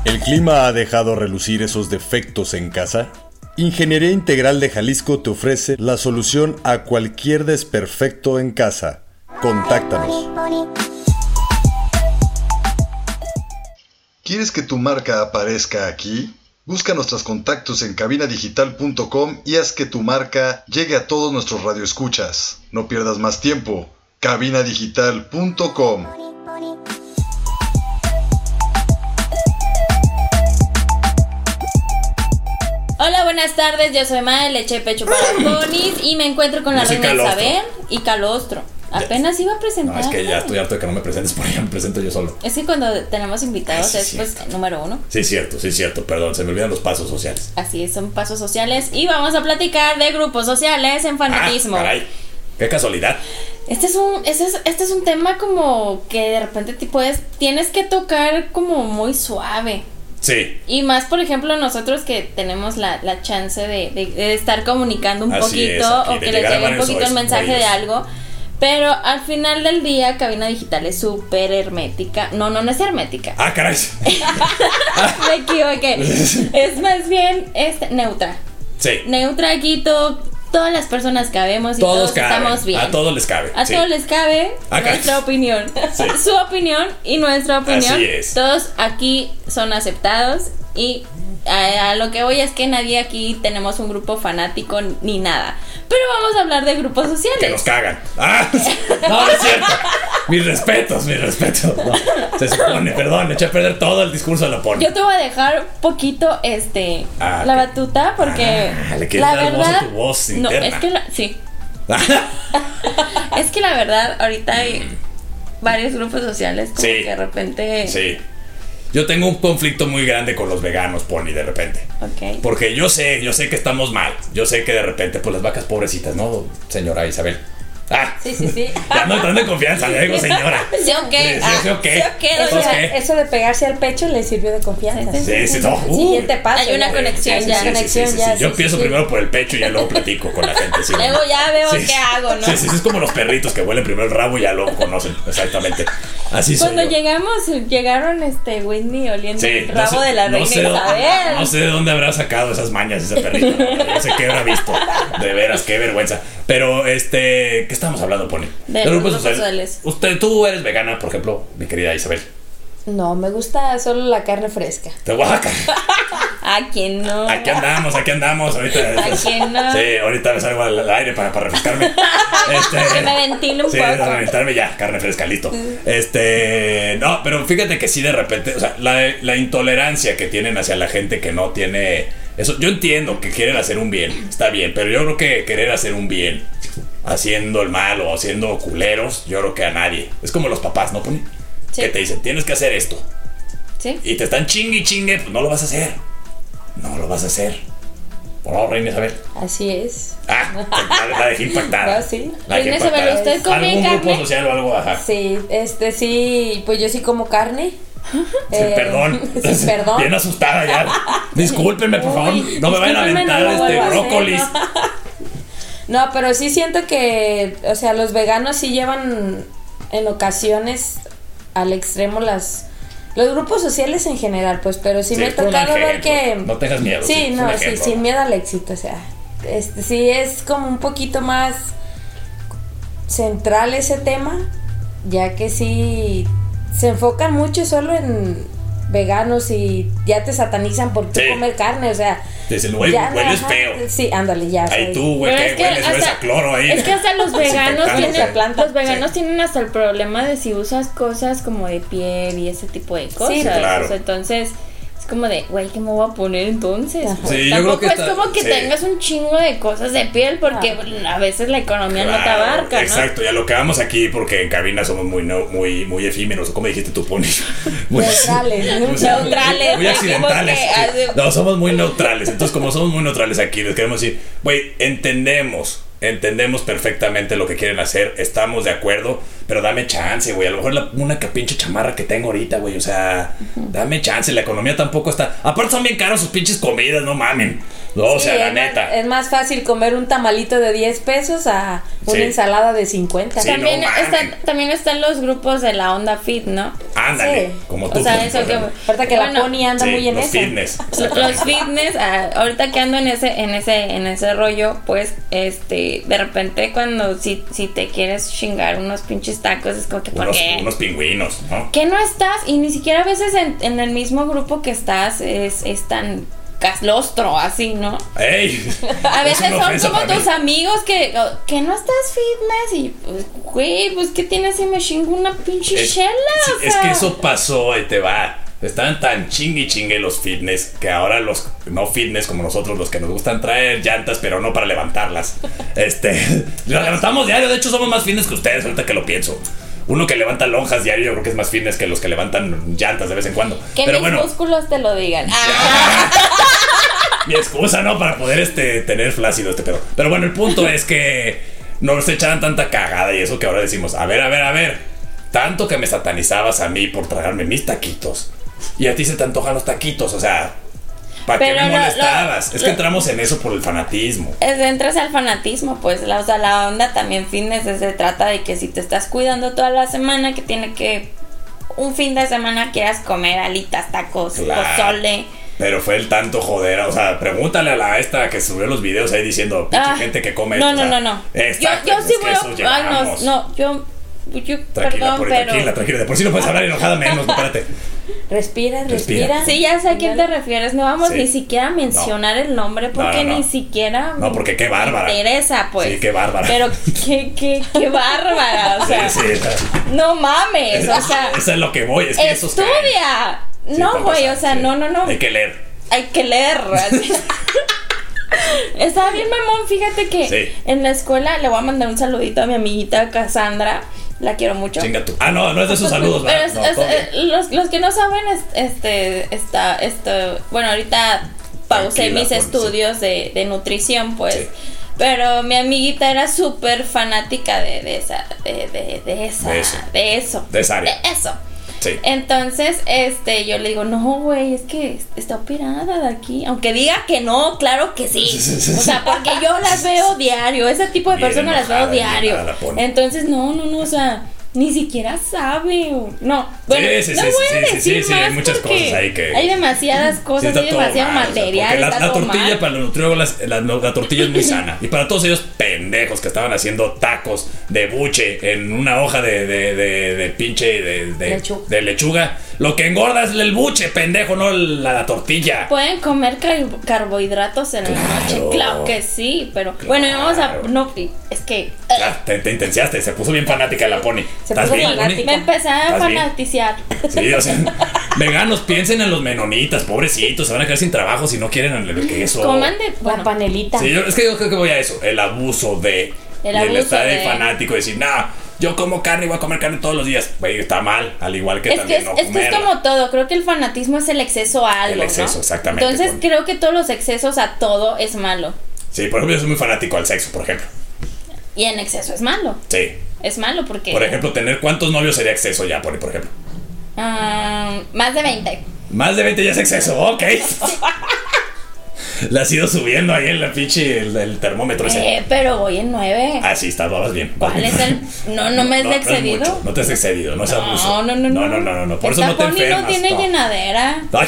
Speaker 7: ¿El clima ha dejado relucir esos defectos en casa? Ingeniería Integral de Jalisco te ofrece la solución a cualquier desperfecto en casa. Contáctanos.
Speaker 1: poni
Speaker 6: ¿Quieres que tu marca aparezca aquí? Busca nuestros contactos en cabinadigital.com y haz que tu marca llegue a todos nuestros radioescuchas. No pierdas más tiempo. cabinadigital.com
Speaker 1: poni
Speaker 3: Hola, buenas
Speaker 4: *laughs*
Speaker 3: tardes. Yo soy Mae, leche de pecho para ponis y me encuentro con la
Speaker 4: Yo soy
Speaker 3: reina
Speaker 4: Calostro.
Speaker 3: Isabel y Calostro. Apenas iba a presentar.
Speaker 4: No, es que ya estoy harto de que no me presentes *laughs* porque ya me presento yo solo.
Speaker 3: Es que cuando tenemos invitados
Speaker 4: Ay, sí,
Speaker 3: es pues
Speaker 4: cierto.
Speaker 3: número uno.
Speaker 4: Sí, cierto, sí, cierto, perdón, se me olvidan los pasos sociales.
Speaker 3: Así es, son pasos sociales. Y vamos a platicar de grupos sociales en fanatismo.
Speaker 4: Ah, caray, qué casualidad.
Speaker 3: Este es un, este es, este es un tema como que de repente te puedes, tienes que tocar como muy suave.
Speaker 4: Sí,
Speaker 3: Y más, por ejemplo, nosotros que tenemos la, la chance de, de- de estar comunicando un
Speaker 4: Así
Speaker 3: poquito
Speaker 4: es, aquí,
Speaker 3: o
Speaker 4: de
Speaker 3: que les
Speaker 4: llegar a
Speaker 3: llegue un
Speaker 4: varios
Speaker 3: poquito el
Speaker 4: oídos.
Speaker 3: mensaje de algo. Pero al final del día, cabina digital es súper hermética. No, no, no es
Speaker 4: *laughs*
Speaker 3: hermética.
Speaker 4: ah, caray.
Speaker 3: Me equivoqué. Es más bien es neutra.
Speaker 4: Sí,
Speaker 3: Neutra aquí to- todas las personas cabemos y
Speaker 4: todos
Speaker 3: todos,
Speaker 4: caben,
Speaker 3: estamos bien.
Speaker 4: A todos les cabe.
Speaker 3: A
Speaker 4: sí.
Speaker 3: todos les cabe
Speaker 4: Acá.
Speaker 3: nuestra opinión.
Speaker 4: Sí.
Speaker 3: *laughs* Su opinión y nuestra opinión.
Speaker 4: Así es.
Speaker 3: Todos aquí son aceptados y a, a lo que voy es que nadie aquí tenemos un grupo fanático ni nada. Pero vamos a hablar de grupos
Speaker 4: Que nos
Speaker 3: sociales.
Speaker 4: cagan. Ah, *laughs* no, no es cierto. Mis respetos, mis respetos. No, se supone, perdón, eché a perder todo el discurso de la pone.
Speaker 3: Yo te voy a dejar poquito este
Speaker 4: Ah,
Speaker 3: la
Speaker 4: ok.
Speaker 3: batuta porque
Speaker 4: Ah, le quieres
Speaker 3: la
Speaker 4: dar voz a
Speaker 3: verdad
Speaker 4: tu voz
Speaker 3: no
Speaker 4: interna.
Speaker 3: es que la- sí es que la verdad ahorita hay varios grupos sociales como
Speaker 4: Mm. Sí.
Speaker 3: que de repente
Speaker 4: *laughs* Sí. Yo tengo un conflicto muy grande con los veganos, Pony, de repente.
Speaker 3: Ok.
Speaker 4: Porque yo sé, yo sé que estamos mal. Yo sé que de repente, pues las vacas pobrecitas, ¿no, señora Isabel? Ah,
Speaker 5: Sí, sí, sí.
Speaker 4: *laughs* ya no entrando en confianza, le digo señora.
Speaker 3: Sí, ok.
Speaker 4: Sí,
Speaker 3: Ah,
Speaker 4: sí, ok.
Speaker 3: sí, ok,
Speaker 5: Eso,
Speaker 4: Entonces,
Speaker 5: de-
Speaker 4: ¿qué?
Speaker 5: eso de pegarse al pecho le sirvió de confianza.
Speaker 3: Sí,
Speaker 4: Sí, sí, no. uh,
Speaker 5: Siguiente paso.
Speaker 3: Hay una
Speaker 5: ya.
Speaker 3: conexión
Speaker 5: Hay
Speaker 4: sí,
Speaker 5: una
Speaker 4: sí, sí,
Speaker 5: conexión
Speaker 4: sí, sí,
Speaker 5: ya,
Speaker 4: sí. Yo
Speaker 5: sí,
Speaker 4: pienso
Speaker 5: sí.
Speaker 4: primero por el pecho y ya luego platico con la gente. sí.
Speaker 3: Luego ya veo
Speaker 4: Sí,
Speaker 3: qué hago, ¿no?
Speaker 4: Sí, sí, sí, es como los perritos que huelen primero el rabo y ya luego conocen. Exactamente. Así soy
Speaker 3: Cuando
Speaker 4: yo.
Speaker 3: llegamos, llegaron este Whitney oliendo
Speaker 4: Sí,
Speaker 3: el rabo de la reina
Speaker 4: sé dónde-
Speaker 3: Isabel.
Speaker 4: no sé de dónde habrá sacado esas mañas ese perrito. No sé qué habrá visto. De veras, qué vergüenza. Pero, este, ¿qué estamos hablando, Pony?
Speaker 3: De
Speaker 4: Los
Speaker 3: grupos sociales.
Speaker 4: Usted, tú eres vegana, por ejemplo, mi querida Isabel.
Speaker 5: No, me gusta solo la carne fresca.
Speaker 4: De Oaxaca.
Speaker 3: ¿A quién no?
Speaker 4: *laughs* Aquí andamos, aquí andamos. Ahorita.
Speaker 3: *laughs* Aquí no.
Speaker 4: Sí, ahorita me salgo al al aire para, para
Speaker 3: *laughs*
Speaker 4: refrescarme. Este,
Speaker 3: Que me ventile un
Speaker 4: sí,
Speaker 3: poco.
Speaker 4: para reventarme ya, carne fresca, listo. Este, no, pero fíjate que sí de repente, o sea, la, la intolerancia que tienen hacia la gente que no tiene eso, yo entiendo que quieren hacer un bien, está bien, pero yo creo que querer hacer un bien haciendo el mal o haciendo culeros, yo creo que a nadie. Es como los papás, ¿no, Pony?
Speaker 3: Sí.
Speaker 4: Que te dicen, tienes que hacer esto.
Speaker 3: Sí.
Speaker 4: Y te están chingue y chingue, pues no lo vas a hacer. No lo vas a hacer. Por favor, Reina Isabel.
Speaker 5: Así es.
Speaker 4: Ah, la, la dejé impactada.
Speaker 3: Ah,
Speaker 5: No, sí.
Speaker 4: La dejé
Speaker 3: Reina Isabel,
Speaker 4: impactada.
Speaker 3: ¿usted come
Speaker 4: ¿Algún grupo
Speaker 3: carne? Eh,
Speaker 4: social o algo? Ajá.
Speaker 5: Sí, este sí, pues yo sí como carne.
Speaker 4: Sin
Speaker 5: Eh,
Speaker 4: perdón.
Speaker 5: *laughs* Sin perdón.
Speaker 4: Bien asustada ya. Discúlpenme, por favor.
Speaker 3: Uy,
Speaker 4: No me vayan a
Speaker 3: discúlpenme, no
Speaker 4: aventar
Speaker 3: lo
Speaker 4: este
Speaker 3: vuelvo a hacer,
Speaker 4: brócolis.
Speaker 5: No, pero sí siento que, o sea, los veganos sí llevan en ocasiones al extremo las los grupos sociales en general, pues, pero sí,
Speaker 4: Sí,
Speaker 5: me ha
Speaker 4: fue un
Speaker 5: tocado ver
Speaker 4: ejemplo.
Speaker 5: que
Speaker 4: No tengas miedo, sí,
Speaker 5: Sí,
Speaker 4: fue un
Speaker 5: no, sí,
Speaker 4: ejemplo.
Speaker 5: sin miedo al éxito, o sea, este sí es como un poquito más central ese tema, ya que sí se enfocan mucho solo en veganos y ya te satanizan por tú
Speaker 4: Sí.
Speaker 5: comer carne, o sea,
Speaker 4: Dicen, güey,
Speaker 5: ya,
Speaker 4: hueles
Speaker 5: ajá,
Speaker 4: feo.
Speaker 5: Sí, ándale, ya.
Speaker 4: Ahí
Speaker 5: soy-
Speaker 4: tú, güey,
Speaker 3: Pero
Speaker 4: ¿qué
Speaker 3: es que
Speaker 4: hueles? Hueles
Speaker 3: hasta-
Speaker 4: a cloro ahí.
Speaker 3: Es que hasta los veganos
Speaker 4: *laughs* Desinfectante.
Speaker 3: tienen
Speaker 5: Desinfectante.
Speaker 3: los veganos tienen hasta el problema de si usas cosas como de piel y ese tipo de cosas.
Speaker 4: claro.
Speaker 3: O sea, entonces es como de, güey, ¿qué me voy a poner entonces?
Speaker 5: Ajá.
Speaker 3: Pues,
Speaker 4: Sí, yo
Speaker 3: Tampoco
Speaker 4: creo que
Speaker 3: es
Speaker 4: está-
Speaker 3: como que
Speaker 4: sí.
Speaker 3: tengas un chingo de cosas de piel porque bueno, a veces la economía no te
Speaker 4: Claro,
Speaker 3: abarca, ¿no?
Speaker 4: Exacto, ya lo que vamos aquí porque en cabina somos muy no- muy muy efímeros, como dijiste tú,
Speaker 5: *laughs*
Speaker 4: Pony. *laughs* Muy-
Speaker 5: Neutrales,
Speaker 4: o sea,
Speaker 3: neutrales,
Speaker 4: Muy accidentales.
Speaker 3: dijimos que
Speaker 4: sí. No, somos muy neutrales. Entonces, como somos muy neutrales aquí, les queremos decir, güey, entendemos, entendemos perfectamente lo que quieren hacer, estamos de acuerdo, pero dame chance, güey. A lo mejor la- una que pinche chamarra que tengo ahorita, güey. O sea, dame chance, la economía tampoco está. Aparte, son bien caros sus pinches comidas, no mamen. No, o
Speaker 5: Sí,
Speaker 4: sea, la
Speaker 5: es
Speaker 4: neta.
Speaker 5: Más, es más fácil comer un tamalito de 10 pesos a una
Speaker 4: Sí.
Speaker 5: ensalada de 50.
Speaker 4: Sí,
Speaker 3: También,
Speaker 4: no mames.
Speaker 3: están, también están los grupos de la onda fit, ¿no?
Speaker 4: Ándale,
Speaker 5: sí.
Speaker 4: como tú. pues,
Speaker 3: O sea,
Speaker 4: por
Speaker 3: eso que...
Speaker 4: ejemplo.
Speaker 5: Aparte que la
Speaker 3: Bueno,
Speaker 5: Pony anda
Speaker 4: Sí,
Speaker 5: muy en
Speaker 4: los
Speaker 5: eso.
Speaker 4: fitness.
Speaker 3: *laughs* los fitness ah, ahorita que ando en ese en ese en ese rollo pues este de repente cuando si, si te quieres chingar unos pinches tacos es como que ¿por
Speaker 4: unos,
Speaker 3: qué?
Speaker 4: unos pingüinos, ¿no?
Speaker 3: que no estás y ni siquiera a veces en, en el mismo grupo que estás es, es tan caslostro así no
Speaker 4: ¡Ey!
Speaker 3: a
Speaker 4: *laughs* Es
Speaker 3: veces
Speaker 4: una
Speaker 3: son
Speaker 4: ofensa
Speaker 3: como
Speaker 4: para
Speaker 3: tus
Speaker 4: mí.
Speaker 3: amigos que, oh, que no estás fitness y pues güey pues qué tienes si me chingo una pinche
Speaker 4: Es-
Speaker 3: chela
Speaker 4: sí,
Speaker 3: o
Speaker 4: es
Speaker 3: sea.
Speaker 4: que eso pasó, ahí te va. Estaban tan chingui chingue los fitness que ahora los no fitness como nosotros los que nos gustan traer llantas, pero no para levantarlas. Este, *laughs* las levantamos diario, de hecho somos más fitness que ustedes, ahorita que lo pienso. Uno que levanta lonjas diario, yo creo que es más fitness que los que levantan llantas de vez en cuando.
Speaker 5: Que
Speaker 4: pero
Speaker 5: mis
Speaker 4: bueno,
Speaker 5: músculos te lo digan.
Speaker 3: Ah.
Speaker 4: mi excusa, ¿no? Para poder este, tener flácido este pedo. Pero bueno, el punto es que no se echaban tanta cagada y eso que ahora decimos, a ver, a ver, a ver, tanto que me satanizabas a mí por tragarme mis taquitos. Y a ti se te antojan los taquitos, o sea, ¿para qué
Speaker 3: Pero
Speaker 4: me
Speaker 3: lo- lo-
Speaker 4: molestabas? es que
Speaker 3: lo-
Speaker 4: entramos en eso por el fanatismo.
Speaker 5: Es- entras al fanatismo, pues, la, o sea, la onda también fitness es- se trata de que si te estás cuidando toda la semana, que tiene que un fin de semana quieras comer alitas, tacos,
Speaker 4: Claro.
Speaker 5: pozole.
Speaker 4: Pero fue el tanto joder, o sea, pregúntale a la esta que subió los videos ahí diciendo, pinche
Speaker 5: Ah,
Speaker 4: gente que come.
Speaker 5: No,
Speaker 4: esto",
Speaker 5: no,
Speaker 4: o sea,
Speaker 5: no, no. Yo,
Speaker 4: exacto,
Speaker 5: yo
Speaker 4: es
Speaker 5: sí
Speaker 4: que
Speaker 5: voy
Speaker 4: eso
Speaker 5: a. Ay, no,
Speaker 4: llegamos.
Speaker 5: no, yo. yo
Speaker 4: Tranquila,
Speaker 5: perdón,
Speaker 4: Pori,
Speaker 5: pero.
Speaker 4: tranquila, tranquila. De por sí no puedes hablar enojada menos, espérate.
Speaker 5: Respira,
Speaker 4: Respira.
Speaker 3: Sí, ya sé a quién te refieres. No vamos
Speaker 4: Sí.
Speaker 3: ni siquiera a mencionar el nombre porque
Speaker 4: no, no.
Speaker 3: ni siquiera
Speaker 4: No, porque qué bárbara.
Speaker 3: me interesa, pues.
Speaker 4: Sí, qué bárbara.
Speaker 3: Pero qué, qué, qué bárbara. O sea,
Speaker 4: *laughs* Sí, sí,
Speaker 3: no mames. O
Speaker 4: Eso *laughs*
Speaker 3: sea,
Speaker 4: es lo que voy, es que esos caen.
Speaker 3: estudia.
Speaker 4: Sí,
Speaker 3: No,
Speaker 4: para
Speaker 3: güey, o
Speaker 4: empezar,
Speaker 3: sea,
Speaker 4: sí.
Speaker 3: no, no, no.
Speaker 4: Hay que leer.
Speaker 3: Hay que
Speaker 4: *laughs*
Speaker 3: leer. así. Está bien, mamón. Fíjate que
Speaker 4: Sí.
Speaker 3: en la escuela le voy a mandar un saludito a mi amiguita Cassandra. La quiero mucho.
Speaker 4: Chinga tú. Ah, no, no es de sus saludos,
Speaker 3: *laughs* Pero
Speaker 4: ¿verdad?
Speaker 3: es-
Speaker 4: No,
Speaker 3: es-
Speaker 4: todo bien.
Speaker 3: eh, los, los que no saben, es- este, está, este, bueno, ahorita pausé
Speaker 4: Tranquila,
Speaker 3: mis
Speaker 4: Poli, sí.
Speaker 3: estudios de, de nutrición, pues.
Speaker 4: Sí.
Speaker 3: Pero mi amiguita era súper fanática de, de esa, de, de, de esa,
Speaker 4: De
Speaker 3: de
Speaker 4: eso.
Speaker 3: eso.
Speaker 4: De esa área.
Speaker 3: de eso. eh,
Speaker 4: Sí.
Speaker 3: Entonces, este, yo le digo, no, güey, es que está operada de aquí. Aunque diga que no, claro que sí. O sea, porque yo las
Speaker 4: *laughs*
Speaker 3: veo diario, ese tipo de
Speaker 4: Bien
Speaker 3: personas las veo
Speaker 4: enojada, bien
Speaker 3: diario.
Speaker 4: enojada la pone.
Speaker 3: Entonces, no, no, no, o sea, ni siquiera sabe. o- No, bueno,
Speaker 4: sí,
Speaker 3: no
Speaker 4: sí,
Speaker 3: voy
Speaker 4: sí,
Speaker 3: a
Speaker 4: sí,
Speaker 3: decir
Speaker 4: sí, sí,
Speaker 3: más
Speaker 4: hay muchas
Speaker 3: porque
Speaker 4: cosas ahí que-
Speaker 3: Hay demasiadas
Speaker 4: Sí,
Speaker 3: cosas,
Speaker 4: está
Speaker 3: hay
Speaker 4: todo
Speaker 3: pues, demasiado
Speaker 4: mal, o sea,
Speaker 3: material,
Speaker 4: porque la,
Speaker 3: está
Speaker 4: la
Speaker 3: todo
Speaker 4: tortilla
Speaker 3: mal.
Speaker 4: para los nutriólogos, la, la
Speaker 3: *laughs*
Speaker 4: tortilla es muy sana. Y para todos ellos pendejos que estaban haciendo tacos de buche en una hoja de, de, de- de pinche de, de-
Speaker 5: Lechuga.
Speaker 4: de lechuga. Lo que engorda es el buche, pendejo, no la, la tortilla.
Speaker 3: Pueden comer car- carbohidratos en la noche,
Speaker 4: Claro.
Speaker 3: claro que sí, pero bueno, vamos a
Speaker 4: Claro.
Speaker 3: no es que
Speaker 4: Ah, te, te intensiaste, se puso bien fanática la pony.
Speaker 5: Se
Speaker 4: ¿Estás
Speaker 5: puso
Speaker 4: bien, Pony?
Speaker 5: fanática.
Speaker 3: me empecé a
Speaker 4: ¿Estás bien?
Speaker 3: fanaticiar.
Speaker 4: Sí, o sea, veganos, piensen en los menonitas, pobrecitos, se van a quedar sin trabajo si no quieren el queso.
Speaker 3: Coman de bueno,
Speaker 5: La panelita.
Speaker 4: Sí, yo- es que yo creo que voy a eso, el abuso de...
Speaker 3: El
Speaker 4: y
Speaker 3: abuso
Speaker 4: estar de
Speaker 3: de-
Speaker 4: fanático y decir, nah, yo como carne y voy a comer carne todos los días. Güey, está mal, al igual que
Speaker 3: es que
Speaker 4: también
Speaker 3: es,
Speaker 4: no
Speaker 3: es que es
Speaker 4: comerla.
Speaker 3: como todo, creo que el fanatismo es el exceso a algo.
Speaker 4: El exceso,
Speaker 3: ¿no?
Speaker 4: exactamente,
Speaker 3: Entonces
Speaker 4: Connie.
Speaker 3: creo que todos los excesos a todo es malo.
Speaker 4: Sí, por ejemplo, yo soy muy fanático al sexo, por ejemplo.
Speaker 3: Y en exceso es malo.
Speaker 4: Sí.
Speaker 3: Es malo porque.
Speaker 4: Por ejemplo, tener cuántos novios sería exceso ya, por, por ejemplo.
Speaker 3: Ah, más de 20.
Speaker 4: Más de 20 ya es
Speaker 3: *laughs*
Speaker 4: exceso, ok. La has ido subiendo ahí en la pinche, el, el termómetro ese.
Speaker 3: Eh, pero voy en 9.
Speaker 4: Ah, sí, estás vas bien. vas
Speaker 3: ¿Cuál
Speaker 4: bien.
Speaker 3: es el.? No, no me es
Speaker 4: no, no es
Speaker 3: excedido.
Speaker 4: mucho, no te has excedido, no es abuso.
Speaker 3: no, no, no.
Speaker 4: No, no, no, no, no, Por eso
Speaker 3: Esta
Speaker 4: no te
Speaker 3: Connie
Speaker 4: enfermas.
Speaker 3: no tiene llenadera.
Speaker 4: *laughs* Ay,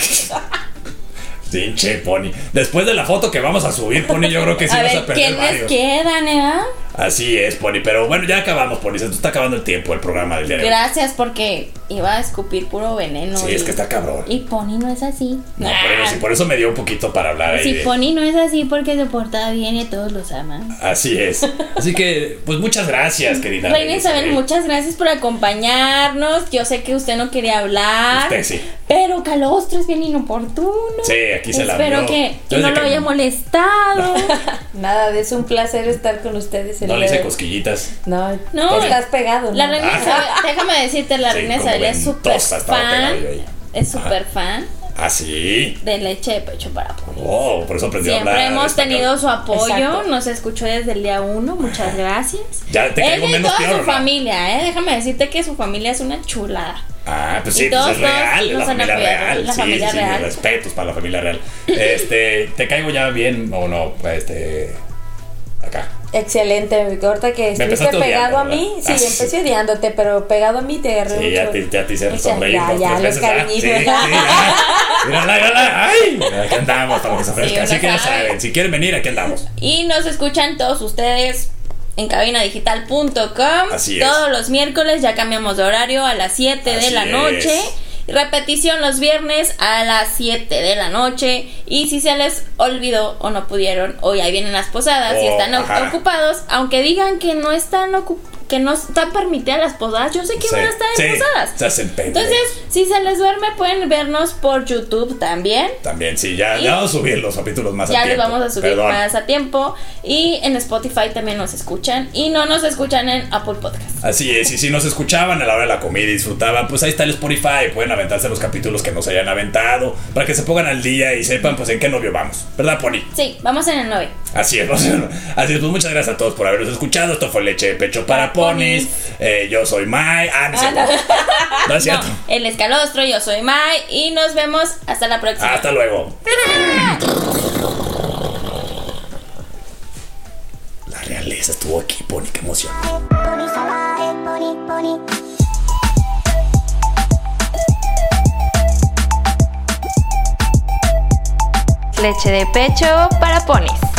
Speaker 4: Pinche Pony. Después de la foto que vamos a subir, Pony, yo creo que sí
Speaker 3: a
Speaker 4: vas
Speaker 3: ver,
Speaker 4: a perder
Speaker 3: ¿quiénes
Speaker 4: varios.
Speaker 3: quedan, eh?
Speaker 4: Así es, Pony. Pero bueno, ya acabamos, Pony. Se nos está acabando el tiempo, el programa del día de hoy.
Speaker 3: Gracias, porque iba a escupir puro veneno.
Speaker 4: Sí,
Speaker 3: y,
Speaker 4: es que está cabrón.
Speaker 3: y Pony no es así. Ah,
Speaker 4: No, pero sí, por eso me dio un poquito para hablar ahí.
Speaker 3: Si
Speaker 4: de-
Speaker 3: Pony no es así porque se porta bien y todos los aman.
Speaker 4: Así
Speaker 3: *laughs*
Speaker 4: es. Así que, pues muchas gracias, querida.
Speaker 3: Reina
Speaker 4: Isabel.
Speaker 3: Isabel, muchas gracias por acompañarnos. Yo sé que usted no quería hablar.
Speaker 4: Usted sí.
Speaker 3: Pero Calostro es bien inoportuno.
Speaker 4: Sí, aquí se la
Speaker 3: Espero
Speaker 4: vio.
Speaker 3: que, que
Speaker 4: Yo desde
Speaker 3: no lo
Speaker 4: que-
Speaker 3: haya
Speaker 4: *laughs*
Speaker 3: molestado.
Speaker 5: *laughs* Nada, es un placer estar con ustedes el
Speaker 4: No le
Speaker 5: día de
Speaker 4: hice
Speaker 5: hoy.
Speaker 4: cosquillitas.
Speaker 5: No,
Speaker 3: No, eh,
Speaker 5: estás pegado.
Speaker 3: La
Speaker 5: ¿no?
Speaker 3: reina
Speaker 4: Ah.
Speaker 3: Isabel, déjame decirte, la
Speaker 4: Pues Sí,
Speaker 3: reina
Speaker 4: como
Speaker 3: Isabel es súper
Speaker 4: ventosa estaba pegada
Speaker 3: fan.
Speaker 4: yo ahí.
Speaker 3: Es súper fan
Speaker 4: Así.
Speaker 3: de leche de pecho para Pony.
Speaker 4: Ah, Oh, por eso aprendí a hablar.
Speaker 3: Siempre hemos
Speaker 4: español.
Speaker 3: tenido su apoyo,
Speaker 5: Exacto.
Speaker 3: nos escuchó desde el día uno, muchas gracias.
Speaker 4: Ya te caigo
Speaker 3: Ella y
Speaker 4: menos
Speaker 3: toda
Speaker 4: peor,
Speaker 3: su
Speaker 4: ¿o no?
Speaker 3: familia, ¿eh? déjame decirte que su familia es una chulada.
Speaker 4: Ah, pues sí,
Speaker 3: Y
Speaker 4: pues
Speaker 3: todos
Speaker 4: es
Speaker 3: nos-
Speaker 4: real, es la
Speaker 3: nos han
Speaker 4: familia
Speaker 3: apoyado,
Speaker 4: real.
Speaker 3: la
Speaker 4: sí,
Speaker 3: familia
Speaker 4: sí, sí,
Speaker 3: real.
Speaker 4: respetos para la familia real.
Speaker 3: *laughs*
Speaker 4: Este, ¿te caigo ya bien o no? Este, acá.
Speaker 5: Excelente, ahorita que estuviste
Speaker 4: empezaste
Speaker 5: pegado
Speaker 4: odiando,
Speaker 5: a mí,
Speaker 4: ¿verdad?
Speaker 5: sí,
Speaker 4: Ah, sí.
Speaker 5: empecé odiándote, pero pegado a mí te agarré
Speaker 4: Sí, ya
Speaker 5: mucho.
Speaker 4: te, ya te hice
Speaker 5: Muchas-
Speaker 4: sonreír
Speaker 5: ya,
Speaker 4: dos,
Speaker 5: ya,
Speaker 4: tres
Speaker 5: los
Speaker 4: veces. ¿verdad?
Speaker 5: cariñitos.
Speaker 4: Sí, sí,
Speaker 3: *laughs*
Speaker 4: ya. Mírala, mírala. Ay, aquí andamos para que se ofrezca.
Speaker 3: uno
Speaker 4: Así que ya
Speaker 3: sabe.
Speaker 4: saben, si quieren venir, aquí andamos.
Speaker 3: Y nos escuchan todos ustedes en cabinadigital.com.
Speaker 4: Así es.
Speaker 3: Todos los miércoles ya cambiamos de horario a las 7
Speaker 4: Así
Speaker 3: de la
Speaker 4: es.
Speaker 3: noche. Repetición los viernes a las 7 de la noche. Y si se les olvidó o no pudieron, hoy ahí vienen las posadas y
Speaker 4: Oh,
Speaker 3: están o-
Speaker 4: ajá.
Speaker 3: ocupados, aunque digan que no están ocupados. que no están permitidas las posadas. Yo sé que
Speaker 4: Sí,
Speaker 3: van a estar en
Speaker 4: sí,
Speaker 3: posadas.
Speaker 4: se hacen pendejos.
Speaker 3: Entonces, si se les duerme, pueden vernos por YouTube también.
Speaker 4: También, sí, ya,
Speaker 3: Y-
Speaker 4: ya vamos a subir los capítulos más
Speaker 3: Ya
Speaker 4: a
Speaker 3: les
Speaker 4: tiempo.
Speaker 3: vamos a subir
Speaker 4: Perdón.
Speaker 3: más a tiempo. Y en Spotify también nos escuchan. Y no nos escuchan en Apple Podcast.
Speaker 4: Así es, y si nos escuchaban a la hora de la comida y disfrutaban, pues ahí está el Spotify, pueden aventarse los capítulos que nos hayan aventado, para que se pongan al día y sepan pues en qué novio vamos, ¿verdad, Pony?
Speaker 3: Sí, vamos en el 9.
Speaker 4: Así es, *laughs* vamos a- así es, pues muchas gracias a todos por habernos escuchado, esto fue Leche de Pecho para Ponis, Eh, yo soy Mai, ah, no es cierto,
Speaker 3: Ah,
Speaker 4: no Ah, es cierto,
Speaker 3: El escalostro, yo soy Mai. Y nos vemos hasta la próxima.
Speaker 4: hasta luego. La realeza estuvo aquí, Pony, qué emoción.
Speaker 1: pony, salvaje, pony, pony.
Speaker 2: Leche de pecho para ponis.